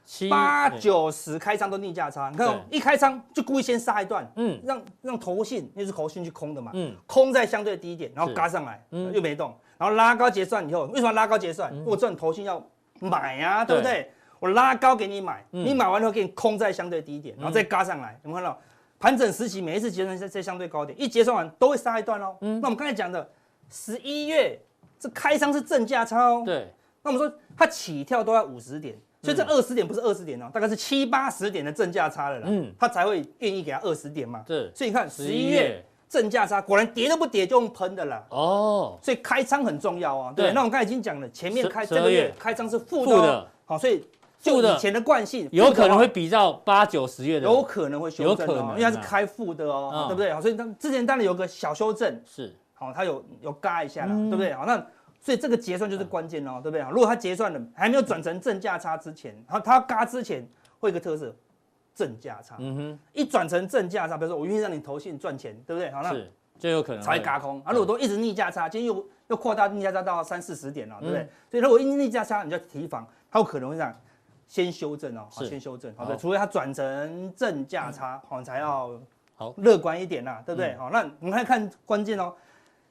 [SPEAKER 2] 七哎
[SPEAKER 3] 八，九十开仓都逆价差，你看哦一开仓就故意先杀一段，
[SPEAKER 2] 嗯
[SPEAKER 3] 让让投信那是投信去空的嘛，
[SPEAKER 2] 嗯
[SPEAKER 3] 空在相对低一点，然后
[SPEAKER 2] 是嗯
[SPEAKER 3] 嘎上来，又没动，然后拉高结算以后，为什么要拉高结算？因为我知道你投信要买啊，对不
[SPEAKER 2] 对嗯
[SPEAKER 3] 对？我拉高给你买，你买完之后给你空在相对低一点，然后再嘎上来，有没有看到？盘整时期每一次结算在在相对高点，一结算完都会杀一段哦。
[SPEAKER 2] 嗯
[SPEAKER 3] 那我们刚才讲的十一月这开仓是正价差哦，
[SPEAKER 2] 哎对，嗯
[SPEAKER 3] 那我们说它起跳都要五十点，所以这二十点不是二十点哦，大概是七八十点的正价差了啦，嗯
[SPEAKER 2] 嗯，
[SPEAKER 3] 它才会愿意给它二十点嘛。
[SPEAKER 2] 是
[SPEAKER 3] 所以你看十一
[SPEAKER 2] 11
[SPEAKER 3] 月
[SPEAKER 2] 月
[SPEAKER 3] 正价差果然跌都不跌就用喷的啦。
[SPEAKER 2] 哦，
[SPEAKER 3] 所以开仓很重要啊，对不对。
[SPEAKER 2] 对
[SPEAKER 3] 那我们刚才已经讲了，前面
[SPEAKER 2] 十
[SPEAKER 3] 开
[SPEAKER 2] 十
[SPEAKER 3] 这个
[SPEAKER 2] 二
[SPEAKER 3] 月
[SPEAKER 2] 月
[SPEAKER 3] 开仓是负
[SPEAKER 2] 负
[SPEAKER 3] 的哦
[SPEAKER 2] 的，
[SPEAKER 3] 好，所就
[SPEAKER 2] 负的
[SPEAKER 3] 以前的惯性，
[SPEAKER 2] 有可能会
[SPEAKER 3] 负
[SPEAKER 2] 比照八九十月
[SPEAKER 3] 的
[SPEAKER 2] 的，
[SPEAKER 3] 话有可能会修正
[SPEAKER 2] 有可
[SPEAKER 3] 哦
[SPEAKER 2] 能，啊
[SPEAKER 3] 因为它是开负的哦，
[SPEAKER 2] 嗯
[SPEAKER 3] 对不对？好，所以它之前当然有个小修正，
[SPEAKER 2] 是
[SPEAKER 3] 好，它有有嘎一下啦，
[SPEAKER 2] 嗯
[SPEAKER 3] 对不对？好，那所以这个结算就是关键哦，对不对？好如果它结算了还没有转成正价差之前，然后它嘎之前会有一个特色，正价差，
[SPEAKER 2] 嗯哼
[SPEAKER 3] 一转成正价差，比如说我愿意让你投信赚钱，对不对？好，那
[SPEAKER 2] 是，就有可能
[SPEAKER 3] 才
[SPEAKER 2] 会
[SPEAKER 3] 嘎空。啊，如果都一直逆价差，今天又又扩大逆价差到三四十点了，哦
[SPEAKER 2] 嗯
[SPEAKER 3] 对不对？所以如果一逆价差，你就要提防，它有可能会这样。先修正哦，好
[SPEAKER 2] 是
[SPEAKER 3] 先修正，好的，
[SPEAKER 2] 好嗯
[SPEAKER 3] 除非它转成正价差，好你才要
[SPEAKER 2] 好嗯
[SPEAKER 3] 乐观一点啦，对不对？好，那我们来看关键哦，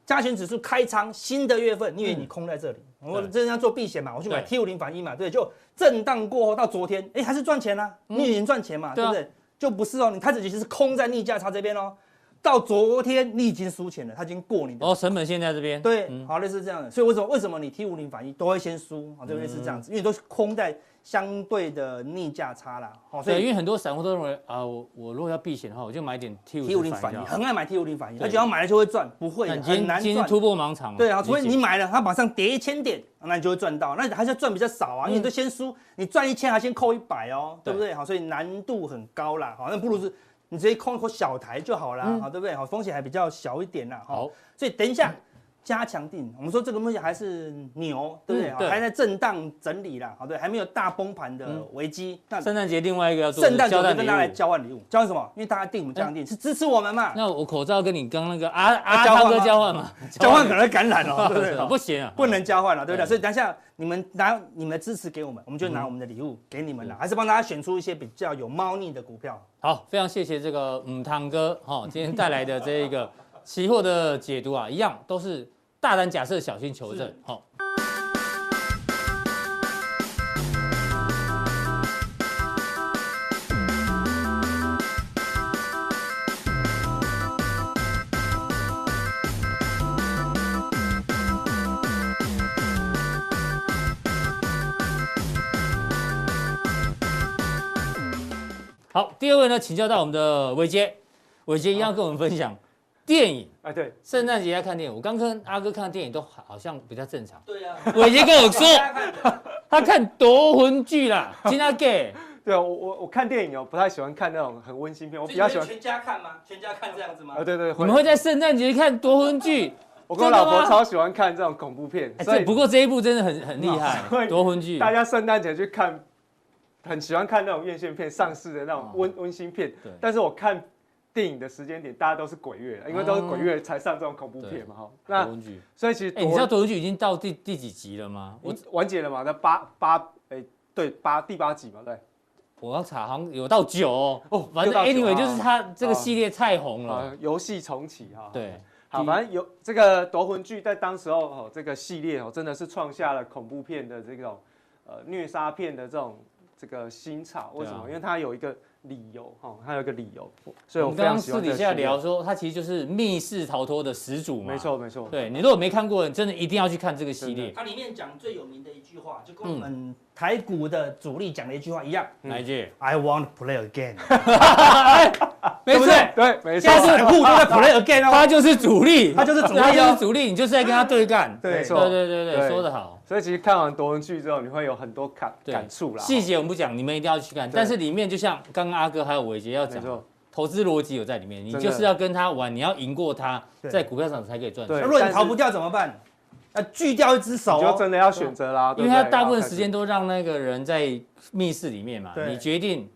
[SPEAKER 3] 加权指数开仓新的月份，因为你空在这里，我
[SPEAKER 2] 对
[SPEAKER 3] 真的要做避险嘛，我去买 T
[SPEAKER 2] 嗯对
[SPEAKER 3] 五零反一嘛，对，就震荡过后到昨天，哎，还是赚钱啦，你已经赚钱嘛，
[SPEAKER 2] 对
[SPEAKER 3] 对
[SPEAKER 2] 啊
[SPEAKER 3] 不对？就不是哦，你开始其实是空在逆价差这边哦，到昨天你已经输钱了，它已经过你的。
[SPEAKER 2] 哦，嗯成本线在这边，
[SPEAKER 3] 对，好，类似这样的，所以为什么为什么你 T 五零反应都会先输，好，就类似
[SPEAKER 2] 嗯
[SPEAKER 3] 这样子，因为都是空在相对的逆价差啦，好，所
[SPEAKER 2] 对，因
[SPEAKER 3] 以
[SPEAKER 2] 为很多散户都认为啊，我我如果要避险的话，我就买点 T
[SPEAKER 3] T 五零
[SPEAKER 2] 五
[SPEAKER 3] 反
[SPEAKER 2] 反
[SPEAKER 3] 应
[SPEAKER 2] 应， 啊
[SPEAKER 3] 很爱买 T 五零反应，
[SPEAKER 2] 对
[SPEAKER 3] 而且要买了就会赚，不会
[SPEAKER 2] 那
[SPEAKER 3] 的
[SPEAKER 2] 你今
[SPEAKER 3] 很
[SPEAKER 2] 天
[SPEAKER 3] 难
[SPEAKER 2] 今天
[SPEAKER 3] 赚。
[SPEAKER 2] 突破盲场了，
[SPEAKER 3] 对啊，除非
[SPEAKER 2] 理解
[SPEAKER 3] 你买了，它马上跌一千点，那你就会赚到，那还是要赚比较少啊，因为你都先输，你赚一千还先扣一百哦，
[SPEAKER 2] 嗯
[SPEAKER 3] 对
[SPEAKER 2] 对
[SPEAKER 3] 不对？好，所以难度很高啦，好，那不如是你直接空一口小台就好啦，好，对不对？好，风险还比较小一点啦，
[SPEAKER 2] 嗯好，
[SPEAKER 3] 所以等一下加强定，我们说这个东西还是牛，对不对？
[SPEAKER 2] 嗯对
[SPEAKER 3] 还在震荡整理啦，好对，还没有大崩盘的危机。那
[SPEAKER 2] 圣诞节另外一个要做的
[SPEAKER 3] 圣诞节
[SPEAKER 2] 啊交
[SPEAKER 3] 我
[SPEAKER 2] 换
[SPEAKER 3] 就
[SPEAKER 2] 礼
[SPEAKER 3] 跟
[SPEAKER 2] 物。
[SPEAKER 3] 大家来
[SPEAKER 2] 嗯
[SPEAKER 3] 交换礼物，交换什么？因为大家定我们加强定是支持我们嘛，
[SPEAKER 2] 那我口罩跟你刚那个阿阿
[SPEAKER 3] 交换
[SPEAKER 2] 汤哥
[SPEAKER 3] 吗
[SPEAKER 2] 交换嘛，
[SPEAKER 3] 交换可 能会感染哦，对不
[SPEAKER 2] 是
[SPEAKER 3] 对？
[SPEAKER 2] 啊 不行啊，
[SPEAKER 3] 不能交换了，对不对？
[SPEAKER 2] 对
[SPEAKER 3] 所以等一下你们拿你们的支持给我们，我们就
[SPEAKER 4] 嗯
[SPEAKER 3] 拿我们的礼物给你们了，还是帮大家选出一些比较有猫腻的股票。
[SPEAKER 2] 好，非常谢谢这个嗯汤哥哈、哦，今天带来的这一个期货的解读啊，一样都是大胆假设，小心求证。好、好，第二位呢，请教到我们的伟杰，伟杰一样跟我们分享，电影，
[SPEAKER 3] 哎，对，
[SPEAKER 2] 圣诞节要看电影。我刚跟阿哥看的电影都好好像比较正常。
[SPEAKER 5] 对呀，
[SPEAKER 2] 伟杰跟我说，他看夺魂剧啦，今天给
[SPEAKER 4] 对啊，我我我看电影哦，不太喜欢看那种很温馨片，我
[SPEAKER 5] 我
[SPEAKER 4] 比较喜欢
[SPEAKER 5] 全家看吗？全家看这样子吗？
[SPEAKER 4] 啊，对对，
[SPEAKER 2] 你
[SPEAKER 4] 会
[SPEAKER 2] 们会在圣诞节看夺魂剧？
[SPEAKER 4] 我跟我
[SPEAKER 2] 真的
[SPEAKER 4] 老婆
[SPEAKER 2] 吗
[SPEAKER 4] 超喜欢看这种恐怖片，
[SPEAKER 2] 哎，
[SPEAKER 4] 所
[SPEAKER 2] 这
[SPEAKER 4] 以
[SPEAKER 2] 不过这一部真的很很厉 害，
[SPEAKER 4] 会
[SPEAKER 2] 夺魂剧。
[SPEAKER 4] 大家圣诞节去看，很喜欢看那种院线片、上市的那种温温馨片
[SPEAKER 2] 哦对。
[SPEAKER 4] 但是我看电影的时间点，大家都是鬼月，因为都是鬼月才上这种恐怖片嘛哈。
[SPEAKER 2] 夺
[SPEAKER 4] 那
[SPEAKER 2] 魂剧，
[SPEAKER 4] 所以其实
[SPEAKER 2] 哦哎，你知道夺
[SPEAKER 4] 夺
[SPEAKER 2] 魂剧已经到第第几集了吗？我
[SPEAKER 4] 我完结了嘛？那八八哎对八第八集嘛对。
[SPEAKER 2] 我要查，好像有到九哦
[SPEAKER 4] 哦。
[SPEAKER 2] 反正
[SPEAKER 4] 有到九
[SPEAKER 2] anyway
[SPEAKER 4] 啊
[SPEAKER 2] 就是他这个系列太红了
[SPEAKER 4] 啊，，游戏重启哈。
[SPEAKER 2] 对，
[SPEAKER 4] 好，反正有这个夺魂剧在当时候哦，这个系列哦，真的是创下了恐怖片的这种呃虐杀片的这种这个新潮。为什么？
[SPEAKER 2] 对啊
[SPEAKER 4] 因为它有一个理由哦，它有一个理由，所以
[SPEAKER 2] 我
[SPEAKER 4] 我
[SPEAKER 2] 们
[SPEAKER 4] 非
[SPEAKER 2] 刚
[SPEAKER 4] 常
[SPEAKER 2] 刚
[SPEAKER 4] 喜
[SPEAKER 2] 私
[SPEAKER 4] 欢这
[SPEAKER 2] 底
[SPEAKER 4] 个
[SPEAKER 2] 下
[SPEAKER 4] 系列
[SPEAKER 2] 聊，说，它其实就是密室逃脱的始祖嘛。
[SPEAKER 4] 没，错没错，
[SPEAKER 2] 对你如果没看过，你真的一定要去看这个系列。
[SPEAKER 5] 它里面讲最有名的一句话，
[SPEAKER 3] 嗯
[SPEAKER 5] 就跟我们台股的主力讲的一句话一样
[SPEAKER 4] 嗯
[SPEAKER 2] 哪一句？
[SPEAKER 3] I want to play again，
[SPEAKER 2] 没错，
[SPEAKER 4] 对没错
[SPEAKER 3] 现，在散户都在 play again 哦。
[SPEAKER 2] 他就是主力，
[SPEAKER 3] 他就是主力哦
[SPEAKER 2] 他就是主力，你就是在跟他对干。
[SPEAKER 4] 对没
[SPEAKER 2] 对
[SPEAKER 4] 错，
[SPEAKER 2] 对对对，
[SPEAKER 4] 对
[SPEAKER 2] 说得好。
[SPEAKER 4] 所以其实看完夺魂剧之后，你会有很多感
[SPEAKER 2] 对
[SPEAKER 4] 感触啦。
[SPEAKER 2] 细节我们不讲，你们一定要去看。
[SPEAKER 4] 对
[SPEAKER 2] 但是里面就像刚刚阿哥还有伟杰要
[SPEAKER 4] 没
[SPEAKER 2] 讲，
[SPEAKER 4] 错，
[SPEAKER 2] 投资逻辑有在里面，你
[SPEAKER 4] 真的
[SPEAKER 2] 就是要跟他玩，你要赢过他，
[SPEAKER 3] 对
[SPEAKER 2] 在股票上才可以赚
[SPEAKER 4] 对
[SPEAKER 2] 钱。
[SPEAKER 3] 那如果
[SPEAKER 4] 但
[SPEAKER 3] 你
[SPEAKER 4] 是
[SPEAKER 3] 逃不掉怎么办？要锯掉一只手
[SPEAKER 4] 你就
[SPEAKER 3] 哦。
[SPEAKER 4] 真的要选择啦，
[SPEAKER 2] 因
[SPEAKER 4] 对
[SPEAKER 2] 为
[SPEAKER 4] 不对
[SPEAKER 2] 他大部分时间都让那个人在密室里面嘛，
[SPEAKER 3] 对
[SPEAKER 2] 你决定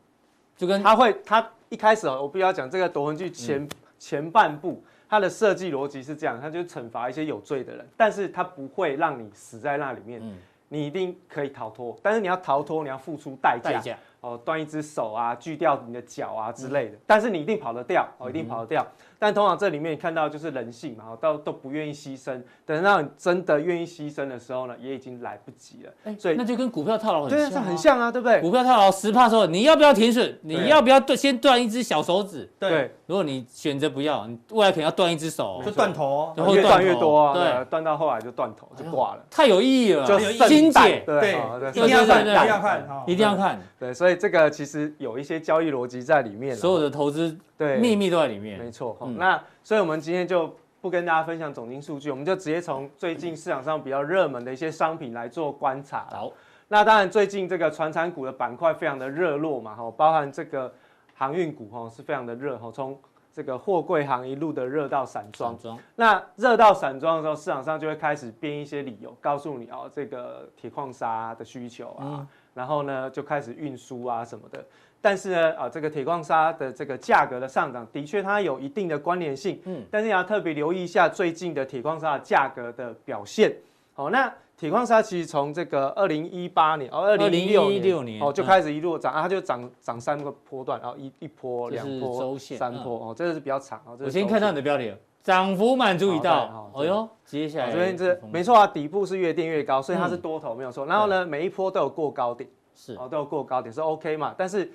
[SPEAKER 2] 就跟
[SPEAKER 4] 他会，他一开始哦，我必须要讲这个夺魂剧前、
[SPEAKER 2] 嗯
[SPEAKER 4] 前半部，它的设计逻辑是这样，它就是惩罚一些有罪的人，但是它不会让你死在那里面，
[SPEAKER 2] 嗯
[SPEAKER 4] 你一定可以逃脱，但是你要逃脱，你要付出代价，
[SPEAKER 2] 代价。
[SPEAKER 4] 哦，断一只手啊，锯掉你的脚啊之类的，
[SPEAKER 2] 嗯
[SPEAKER 4] 但是你一定跑得掉，哦，一定跑得掉。但通常这里面你看到就是人性嘛，哦，都都不愿意牺牲，等到你真的愿意牺牲的时候呢，也已经来不及了，
[SPEAKER 2] 哎
[SPEAKER 4] 所以
[SPEAKER 2] 那就跟股票套牢很
[SPEAKER 4] 对啊，
[SPEAKER 2] 像、
[SPEAKER 4] 这
[SPEAKER 2] 啊，
[SPEAKER 4] 很。像啊，对不对？
[SPEAKER 2] 股票套牢十怕说，你要不要停损？你
[SPEAKER 4] 对
[SPEAKER 2] 要不要断先断一只小手指？
[SPEAKER 4] 对，
[SPEAKER 2] 如果你选择不要，你未来可能要断一只手哦、
[SPEAKER 3] 就断头哦。
[SPEAKER 2] 然后
[SPEAKER 4] 越断越
[SPEAKER 2] 头
[SPEAKER 4] 多啊，
[SPEAKER 2] 对
[SPEAKER 4] 对，断到后来就断头就挂了，
[SPEAKER 2] 太有意义了，
[SPEAKER 4] 就
[SPEAKER 3] 意义
[SPEAKER 2] 金
[SPEAKER 4] 圣诞
[SPEAKER 2] 姐
[SPEAKER 4] 对哦
[SPEAKER 3] 一定
[SPEAKER 4] 对
[SPEAKER 3] 要
[SPEAKER 2] 对
[SPEAKER 3] 看，
[SPEAKER 2] 对对
[SPEAKER 3] 一定要哦看哈。
[SPEAKER 2] 一定要看，
[SPEAKER 4] 对，所以这个其实有一些交易逻辑在里面啊，
[SPEAKER 2] 所有的投资
[SPEAKER 4] 对
[SPEAKER 2] 秘密都在里
[SPEAKER 4] 没
[SPEAKER 2] 面。
[SPEAKER 4] 错。
[SPEAKER 2] 嗯
[SPEAKER 4] 哦那所以我们今天就不跟大家分享总经数据，我们就直接从最近市场上比较热门的一些商品来做观察啦。
[SPEAKER 2] 好，
[SPEAKER 4] 那当然，最近这个传产股的板块非常的热络嘛，哈，包含这个航运股哈是非常的热哈，从这个货柜行一路的热到散装
[SPEAKER 2] 装。装，
[SPEAKER 4] 那热到散装的时候，市场上就会开始编一些理由，告诉你哦，这个铁矿砂的需求啊，
[SPEAKER 2] 嗯
[SPEAKER 4] 然后呢就开始运输啊什么的。但是呢，啊，这个铁矿砂的这个价格的上涨，的确它有一定的关联性，
[SPEAKER 2] 嗯
[SPEAKER 4] 嗯，但是你要特别留意一下最近的铁矿砂的价格的表现。好、那铁矿砂其实从这个二零一八年哦，二零一
[SPEAKER 2] 2016
[SPEAKER 4] 六年
[SPEAKER 2] 年
[SPEAKER 4] 哦就
[SPEAKER 2] 嗯
[SPEAKER 4] 开始一路涨、啊，它就涨涨三个波段，然、后一一波、
[SPEAKER 2] 这是
[SPEAKER 4] 两波、
[SPEAKER 2] 周线
[SPEAKER 4] 三
[SPEAKER 2] 嗯
[SPEAKER 4] 波、哦，这个是比较长哦。这是
[SPEAKER 2] 我先
[SPEAKER 4] 周
[SPEAKER 2] 看到
[SPEAKER 4] 线
[SPEAKER 2] 你的标题了，涨幅满足已到
[SPEAKER 4] 好。对好
[SPEAKER 2] 哎呦，接下
[SPEAKER 4] 我
[SPEAKER 2] 来
[SPEAKER 4] 这边这没
[SPEAKER 2] 错，
[SPEAKER 4] 错啊，底部是越垫越高，所以它是
[SPEAKER 2] 嗯
[SPEAKER 4] 多头没有错。然后呢，每一波都有过高点，
[SPEAKER 2] 是
[SPEAKER 4] 哦，都有过高点是 OK 嘛。但是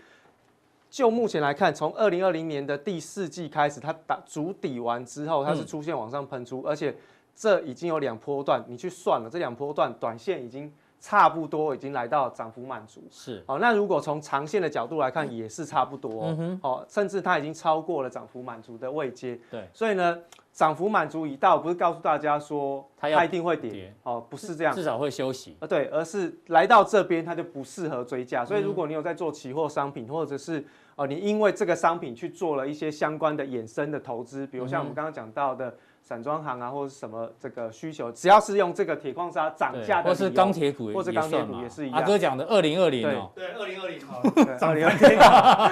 [SPEAKER 4] 就目前来看，从二零二零年的第四季开始，它打主底完之后，它是
[SPEAKER 2] 嗯
[SPEAKER 4] 出现往上喷出，而且这已经有两波段，你去算了，这两波段短线已经差不多已经来到涨幅满足。
[SPEAKER 2] 是，
[SPEAKER 4] 好、那如果从长线的角度来看，
[SPEAKER 2] 嗯
[SPEAKER 4] 也是差不多哦、哦，甚至它已经超过了涨幅满足的位阶。
[SPEAKER 2] 对
[SPEAKER 4] 所以呢，涨幅满足已到，不是告诉大家说
[SPEAKER 2] 它
[SPEAKER 4] 它
[SPEAKER 2] 要
[SPEAKER 4] 一定会跌
[SPEAKER 2] 跌
[SPEAKER 4] 哦，不是这样
[SPEAKER 2] 至。少会休息。
[SPEAKER 4] 呃，对，而是来到这边它就不适合追价。所以如果你有在做期货商品，或者是呃你因为这个商品去做了一些相关的衍生的投资，比如
[SPEAKER 2] 嗯
[SPEAKER 4] 像我们刚刚讲到的散装行啊，或者是什么这个需求，只要是用这个铁矿砂涨
[SPEAKER 2] 对
[SPEAKER 4] 价的
[SPEAKER 2] 或
[SPEAKER 4] 理由，
[SPEAKER 2] 是钢铁股也，
[SPEAKER 4] 或是
[SPEAKER 2] 也
[SPEAKER 4] 钢铁
[SPEAKER 2] 算
[SPEAKER 4] 股
[SPEAKER 2] 嘛
[SPEAKER 4] 也是一
[SPEAKER 2] 阿
[SPEAKER 4] 样
[SPEAKER 2] 哥讲的二零二零哦，
[SPEAKER 5] 对，二零二零
[SPEAKER 4] 对
[SPEAKER 3] 涨翻
[SPEAKER 4] 2020
[SPEAKER 3] 天了，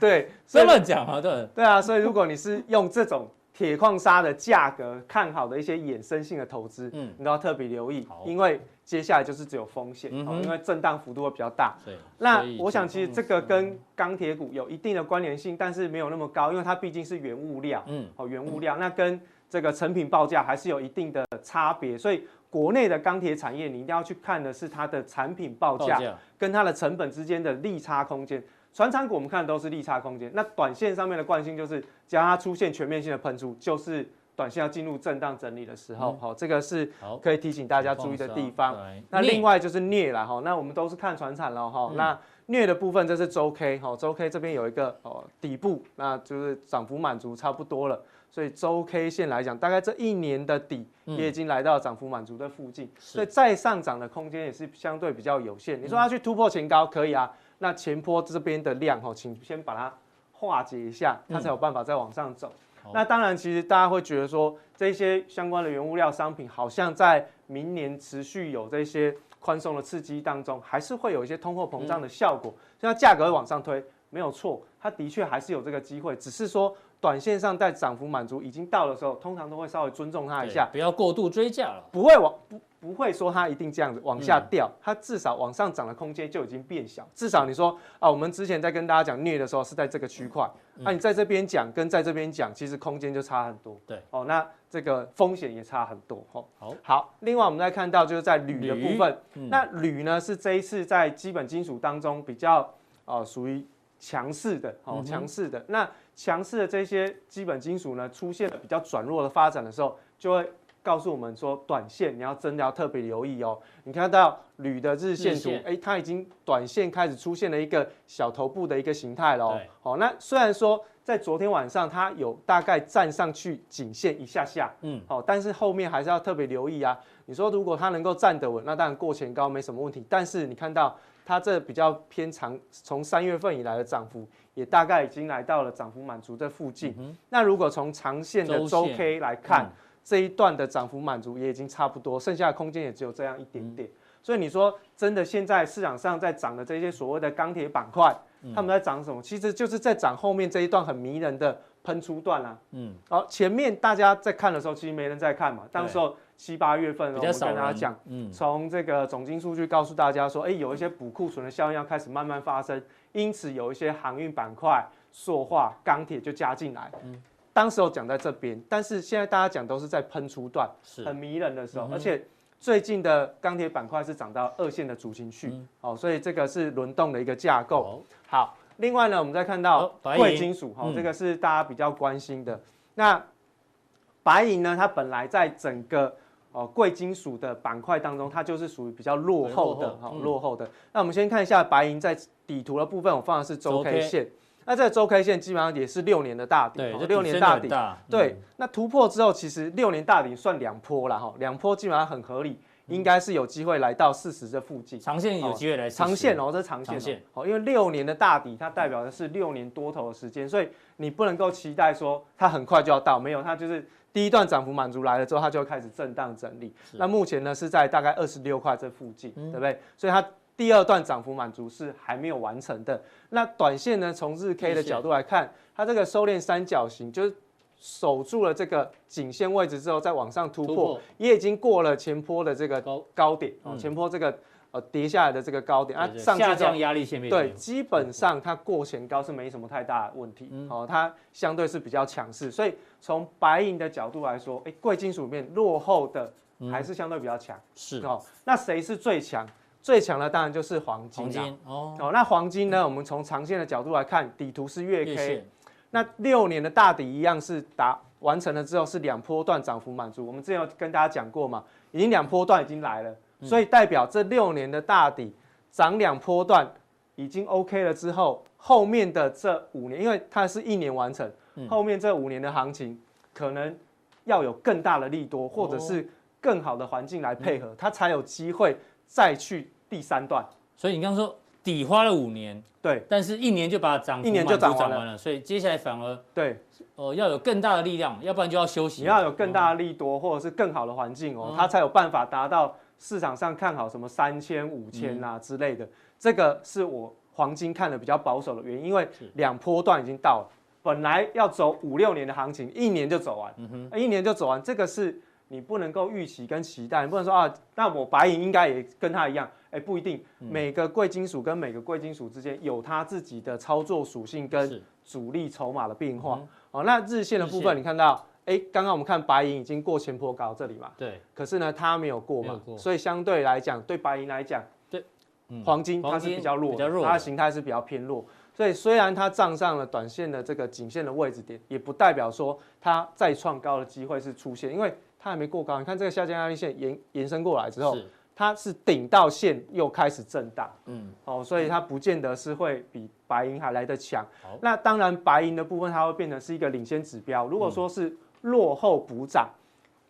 [SPEAKER 4] 对，
[SPEAKER 2] 不
[SPEAKER 4] 所
[SPEAKER 2] 要
[SPEAKER 4] 以
[SPEAKER 2] 乱讲啊，对，
[SPEAKER 4] 对啊，所以如果你是用这种铁矿砂的价格看好的一些衍生性的投资，
[SPEAKER 2] 嗯
[SPEAKER 4] 嗯，你都要特别留意
[SPEAKER 2] 好，
[SPEAKER 4] 因为接下来就是只有风险，
[SPEAKER 2] 嗯
[SPEAKER 4] 哦
[SPEAKER 2] 哼
[SPEAKER 4] 因为震荡幅度会比较大。
[SPEAKER 2] 对。
[SPEAKER 4] 那
[SPEAKER 2] 所以嗯
[SPEAKER 4] 我想，
[SPEAKER 2] 就
[SPEAKER 4] 其实这个跟钢铁股有一定的关联性，但是没有那么高，因为它毕竟是原物料，
[SPEAKER 2] 嗯
[SPEAKER 4] 嗯，哦，原物料，那跟这个成品报价还是有一定的差别，所以国内的钢铁产业，你一定要去看的是它的产品报
[SPEAKER 2] 报
[SPEAKER 4] 价
[SPEAKER 2] 价
[SPEAKER 4] 跟它的成本之间的利差空间。船产股我们看的都是利差空间，那短线上面的惯性就是，只要它出现全面性的喷出，就是短线要进入震荡整理的时候，好、这个是
[SPEAKER 2] 好，
[SPEAKER 4] 可以提醒大家注意的地
[SPEAKER 2] 放松
[SPEAKER 4] 方。
[SPEAKER 2] 来
[SPEAKER 4] 那
[SPEAKER 2] 镍
[SPEAKER 4] 另外就是镍啦哈，那我们都是看船产了哈，那虐的部分这是周 K 哈、周 K 这边有一个哦底部，那就是涨幅满足差不多了。所以周 K 线来讲，大概这一年的底也已经来到涨幅满足的附近，所以再上涨的空间也是相对比较有限。你说它去突破前高可以啊，那前坡这边的量哈、请先把它化解一下，它才有办法再往上走。那当然，其实大家会觉得说，这些相关的原物料商品好像在明年持续有这些宽松的刺激当中，还是会有一些通货膨胀的效果，所以它价格会往上推，没有错，它的确还是有这个机会，只是说短线上在涨幅满足已经到的时候，通常都会稍微尊重它一
[SPEAKER 2] 对
[SPEAKER 4] 下，
[SPEAKER 2] 不要过度追价了。
[SPEAKER 4] 不会往不不会说它一定这样子往下
[SPEAKER 2] 嗯
[SPEAKER 4] 掉，它至少往上涨的空间就已经变小。至少你说啊，我们之前在跟大家讲 E 虐的时候是在这个区块，
[SPEAKER 2] 嗯
[SPEAKER 4] 那、你在这边讲跟在这边讲，其实空间就差很多。
[SPEAKER 2] 对，
[SPEAKER 4] 哦，那这个风险也差很多。哦，
[SPEAKER 2] 好
[SPEAKER 4] 另外我们再看到就是在铝的
[SPEAKER 2] 铝嗯
[SPEAKER 4] 部分，那铝呢是这一次在基本金属当中比较呃属于强势的，
[SPEAKER 2] 嗯
[SPEAKER 4] 哦，强势的。那强势的这些基本金属呢，出现了比较转弱的发展的时候，就会告诉我们说，短线你要真的要特别留意哦。你看到铝的日线图
[SPEAKER 2] 日线，
[SPEAKER 4] 哎，它已经短线开始出现了一个小头部的一个形态了哦
[SPEAKER 2] 对。
[SPEAKER 4] 好、那虽然说在昨天晚上它有大概站上去颈线一下下，
[SPEAKER 2] 嗯，
[SPEAKER 4] 好、但是后面还是要特别留意啊。你说如果它能够站得稳，那当然过前高没什么问题。但是你看到它这比较偏长，从三月份以来的涨幅也大概已经来到了涨幅满足这附近。那如果从长线的
[SPEAKER 2] 嗯周
[SPEAKER 4] 周
[SPEAKER 2] 线嗯
[SPEAKER 4] K 来看，这一段的涨幅满足也已经差不多，剩下的空间也只有这样一点
[SPEAKER 2] 嗯
[SPEAKER 4] 点。所以你说真的，现在市场上在涨的这些所谓的钢铁板块，
[SPEAKER 2] 嗯
[SPEAKER 4] 他们在涨什么？其实就是在涨后面这一段很迷人的喷出段啦、
[SPEAKER 2] 嗯
[SPEAKER 4] 嗯，好，前面大家在看的时候，其实没人在看嘛。当时候七八月份哦，
[SPEAKER 2] 比较
[SPEAKER 4] 我们
[SPEAKER 2] 少
[SPEAKER 4] 跟大家
[SPEAKER 2] 人
[SPEAKER 4] 讲，
[SPEAKER 2] 嗯，
[SPEAKER 4] 从这个总经数据告诉大家说，哎，有一些补库存的效应要开始慢慢发生，因此有一些航运板块、塑化、钢铁就加进来。
[SPEAKER 2] 嗯
[SPEAKER 4] 当时我讲在这边，但是现在大家讲都是在喷出段，
[SPEAKER 2] 是嗯
[SPEAKER 4] 很迷人的时候，而且最近的钢铁板块是涨到二线的主情绪，
[SPEAKER 2] 嗯
[SPEAKER 4] 哦，所以这个是轮动的一个架构。好，另外呢，我们再看
[SPEAKER 2] 好
[SPEAKER 4] 到
[SPEAKER 2] 哦白银
[SPEAKER 4] 贵金属，哈、
[SPEAKER 2] 嗯
[SPEAKER 4] 这个是大家比较关心的。那白银呢，它本来在整个哦贵金属的板块当中，它就是属于比较落后的
[SPEAKER 2] 落后
[SPEAKER 4] 哈、
[SPEAKER 2] 嗯
[SPEAKER 4] 落后的。那我们先看一下白银在底图的部分，我放的是周
[SPEAKER 2] 周 K
[SPEAKER 4] K 线。那这个周 K 线基本上也是六年的大底，
[SPEAKER 2] 对，
[SPEAKER 4] 哦
[SPEAKER 2] 这
[SPEAKER 4] 六
[SPEAKER 2] 底
[SPEAKER 4] 年
[SPEAKER 2] 深
[SPEAKER 4] 大
[SPEAKER 2] 很
[SPEAKER 4] 底，
[SPEAKER 2] 大，嗯
[SPEAKER 4] 对，那突破之后，其实六年大底算两波了哈，两波基本上很合理，
[SPEAKER 2] 嗯
[SPEAKER 4] 应该是有机会来到四十这附近。
[SPEAKER 2] 长线有机会来试试
[SPEAKER 4] 长线哦，这是长线、哦，
[SPEAKER 2] 长线
[SPEAKER 4] 哦，因为六年的大底，它代表的是六年多头的时间，所以你不能够期待说它很快就要到，没有，它就是第一段涨幅满足来了之后，它就开始震荡整理。那目前呢是在大概二十六块这附近，
[SPEAKER 2] 嗯
[SPEAKER 4] 对不对？所以它第二段涨幅满足是还没有完成的。那短线呢，从日 K 的角度来看，它这个收敛三角形就是。守住了这个颈线位置之后，再往上突
[SPEAKER 2] 突
[SPEAKER 4] 破，
[SPEAKER 2] 破
[SPEAKER 4] 也已经过了前坡的这个
[SPEAKER 2] 高
[SPEAKER 4] 高点哦，
[SPEAKER 2] 嗯
[SPEAKER 4] 前坡这个呃跌下来的这个高点，啊
[SPEAKER 2] 对对
[SPEAKER 4] 上去
[SPEAKER 2] 下
[SPEAKER 4] 之后
[SPEAKER 2] 降压力线变
[SPEAKER 4] 对，
[SPEAKER 2] 低
[SPEAKER 4] 基本上它过前高是没什么太大的问题，
[SPEAKER 2] 嗯
[SPEAKER 4] 哦，它相对是比较强势，所以从白银的角度来说，哎，贵金属里面落后的还是相对比较强，
[SPEAKER 2] 嗯是
[SPEAKER 4] 哦，那谁是最强？最强的当然就是黄金
[SPEAKER 2] 黄
[SPEAKER 4] 啦
[SPEAKER 2] 金哦，
[SPEAKER 4] 哦，那黄金呢？我们从长线的角度来看，底图是月
[SPEAKER 2] 月
[SPEAKER 4] K，
[SPEAKER 2] 线
[SPEAKER 4] 那六年的大底一样是达完成了之后是两波段涨幅满足。我们之前有跟大家讲过嘛，已经两波段已经来了，所以代表这六年的大底涨两波段已经 OK 了之后，后面的这五年，因为它是一年完成，后面这五年的行情可能要有更大的利多，或者是更好的环境来配合，它才有机会再去第三段。
[SPEAKER 2] 所以你刚刚说底花了五年，
[SPEAKER 4] 对
[SPEAKER 2] 但是一年就把涨幅
[SPEAKER 4] 一年就
[SPEAKER 2] 满足
[SPEAKER 4] 涨完
[SPEAKER 2] 涨
[SPEAKER 4] 了
[SPEAKER 2] 完了，所以接下来反而
[SPEAKER 4] 对，
[SPEAKER 2] 呃要有更大的力量，要不然就要休息。
[SPEAKER 4] 你要有更大的利多，或者是更好的环境哦，它才有办法达到市场上看好什么三千、五千啊之类的。这个是我黄金看的比较保守的原因，因为两波段已经到了，本来要走五六年的行情，一年就走完，一年就走完，这个是你不能够预期跟期待，你不能说啊，那我白银应该也跟它一样，哎，不一定，每个贵金属跟每个贵金属之间有它自己的操作属性
[SPEAKER 2] 是嗯
[SPEAKER 4] 跟主力筹码的变化。哦，那日线的部分你看到，哎，刚刚我们看白银已经过前坡高这里嘛，
[SPEAKER 2] 对
[SPEAKER 4] 可是呢它没有过
[SPEAKER 2] 没有
[SPEAKER 4] 嘛，
[SPEAKER 2] 过
[SPEAKER 4] 所以相对来讲，对白银来讲，
[SPEAKER 2] 对嗯
[SPEAKER 4] 黄金
[SPEAKER 2] 黄
[SPEAKER 4] 它是
[SPEAKER 2] 金
[SPEAKER 4] 比较弱的，
[SPEAKER 2] 比较弱
[SPEAKER 4] 它
[SPEAKER 2] 的
[SPEAKER 4] 的形态是比较偏弱。所以虽然它站上了短线的这个颈线的位置点，也不代表说它再创高的机会是出现，因为它还没过高。你看这个下降压力线延延伸过来之后
[SPEAKER 2] 是，
[SPEAKER 4] 它是顶到线又开始震荡，
[SPEAKER 2] 嗯，
[SPEAKER 4] 哦，所以它不见得是会比白银还来得强
[SPEAKER 2] 好。
[SPEAKER 4] 那当然，白银的部分它会变成是一个领先指标。如
[SPEAKER 2] 嗯
[SPEAKER 4] 果说是落后补涨，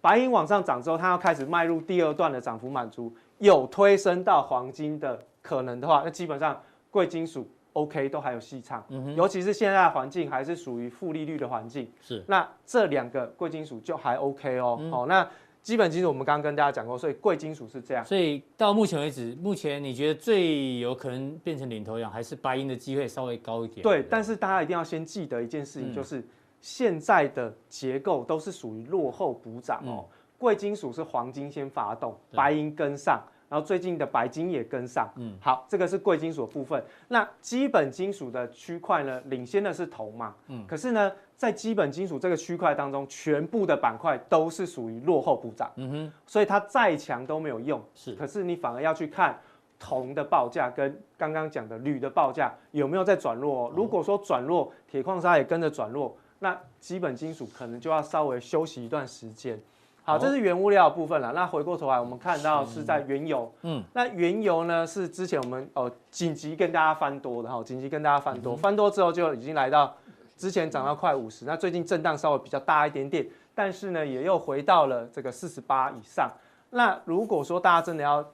[SPEAKER 4] 白银往上涨之后，它要开始迈入第二段的涨幅满足，有推升到黄金的可能的话，那基本上贵金属 OK 都还有戏唱。
[SPEAKER 2] 嗯
[SPEAKER 4] 尤其是现在的环境还是属于负利率的环境，
[SPEAKER 2] 是
[SPEAKER 4] 那这两个贵金属就还 OK 哦。
[SPEAKER 2] 嗯
[SPEAKER 4] 哦，那基本金属我们刚刚跟大家讲过，所以贵金属是这样。
[SPEAKER 2] 所以到目前为止，目前你觉得最有可能变成领头羊，还是白银的机会稍微高一点？
[SPEAKER 4] 对，但
[SPEAKER 2] 是
[SPEAKER 4] 是大家一定要先记得一件事情，
[SPEAKER 2] 嗯
[SPEAKER 4] 就是现在的结构都是属于落后补涨哦。贵金属是黄金先发动，
[SPEAKER 2] 嗯对
[SPEAKER 4] 白银跟上，然后最近的白金也跟上。嗯，好，这个是贵金属的部分。那基本金属的区块呢，领先的是铜嘛。嗯，可是呢，在基本金属这个区块当中，全部的板块都是属于落后补涨。
[SPEAKER 2] 嗯哼，
[SPEAKER 4] 所以它再强都没有用。
[SPEAKER 2] 是
[SPEAKER 4] 可是你反而要去看铜的报价跟刚刚讲的铝的报价有没有在转弱、哦。如果说转弱，铁矿砂也跟着转弱，那基本金属可能就要稍微休息一段时间。好，
[SPEAKER 2] 好
[SPEAKER 4] 这是原物料的部分了。那回过头来，我们看到是在原油，
[SPEAKER 2] 嗯
[SPEAKER 4] 嗯，那原油呢是之前我们哦紧急跟大家翻多的哈，紧急跟大家翻多，翻多之后就已经来到之前涨到快五十，那最近震荡稍微比较大一点点，但是呢也又回到了这个四十八以上。那如果说大家真的要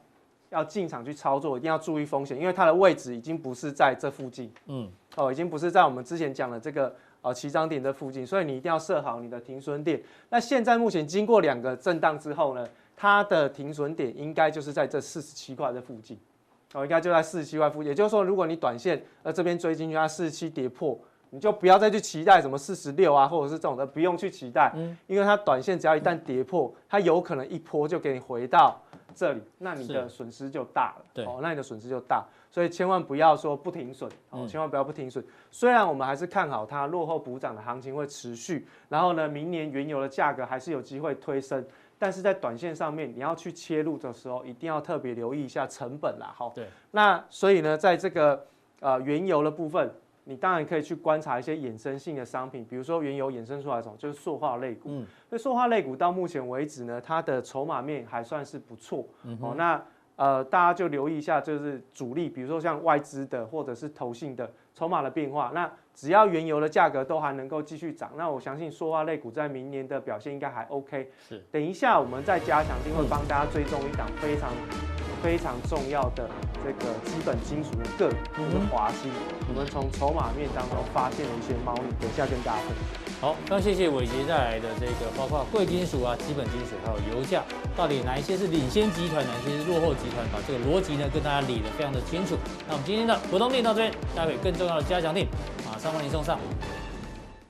[SPEAKER 4] 要进场去操作，一定要注意风险，因为它的位置已经不是在这附近，
[SPEAKER 2] 嗯
[SPEAKER 4] 嗯，哦，已经不是在我们之前讲的这个呃起涨点这附近，所以你一定要设好你的停损点。那现在目前经过两个震荡之后呢，它的停损点应该就是在这四十七块的附近，哦，应该就在四十七块附近。也就是说，如果你短线呃这边追进去，它四十七跌破。你就不要再去期待什么四十六啊，或者是这种的，不用去期待，因为它短线只要一旦跌破，它有可能一波就给你回到这里，那你的损失就大了。
[SPEAKER 2] 对
[SPEAKER 4] 哦，那你的损失就大，所以千万不要说不停损，哦，千万不要不停损。虽然我们还是看好它落后补涨的行情会持续，然后呢，明年原油的价格还是有机会推升。但是在短线上面，你要去切入的时候，一定要特别留意一下成本啦。好，
[SPEAKER 2] 对。
[SPEAKER 4] 那所以呢，在这个呃原油的部分，你当然可以去观察一些衍生性的商品，比如说原油衍生出来的什么，就是塑化类股。
[SPEAKER 2] 嗯
[SPEAKER 4] 那塑化类股到目前为止呢，它的筹码面还算是不错。
[SPEAKER 2] 嗯
[SPEAKER 4] 哦，那呃，大家就留意一下，就是主力，比如说像外资的或者是投信的筹码的变化。那只要原油的价格都还能够继续涨，那我相信塑化类股在明年的表现应该还 OK。
[SPEAKER 2] 是，
[SPEAKER 4] 等一下我们再加强，定会帮大家追踪一档非常非常重要的这个基本金属的个股，就是华兴。我们从筹码面当中发现了一些猫腻，等一下跟大家分享。
[SPEAKER 2] 好，非常谢谢伟杰带来的这个，包括贵金属啊、基本金属还有油价，到底哪一些是领先集团，哪一些是落后集团，把这个逻辑呢跟大家理得非常的清楚。那我们今天的活动店到这边，待会更重要的加强店马上为您送上。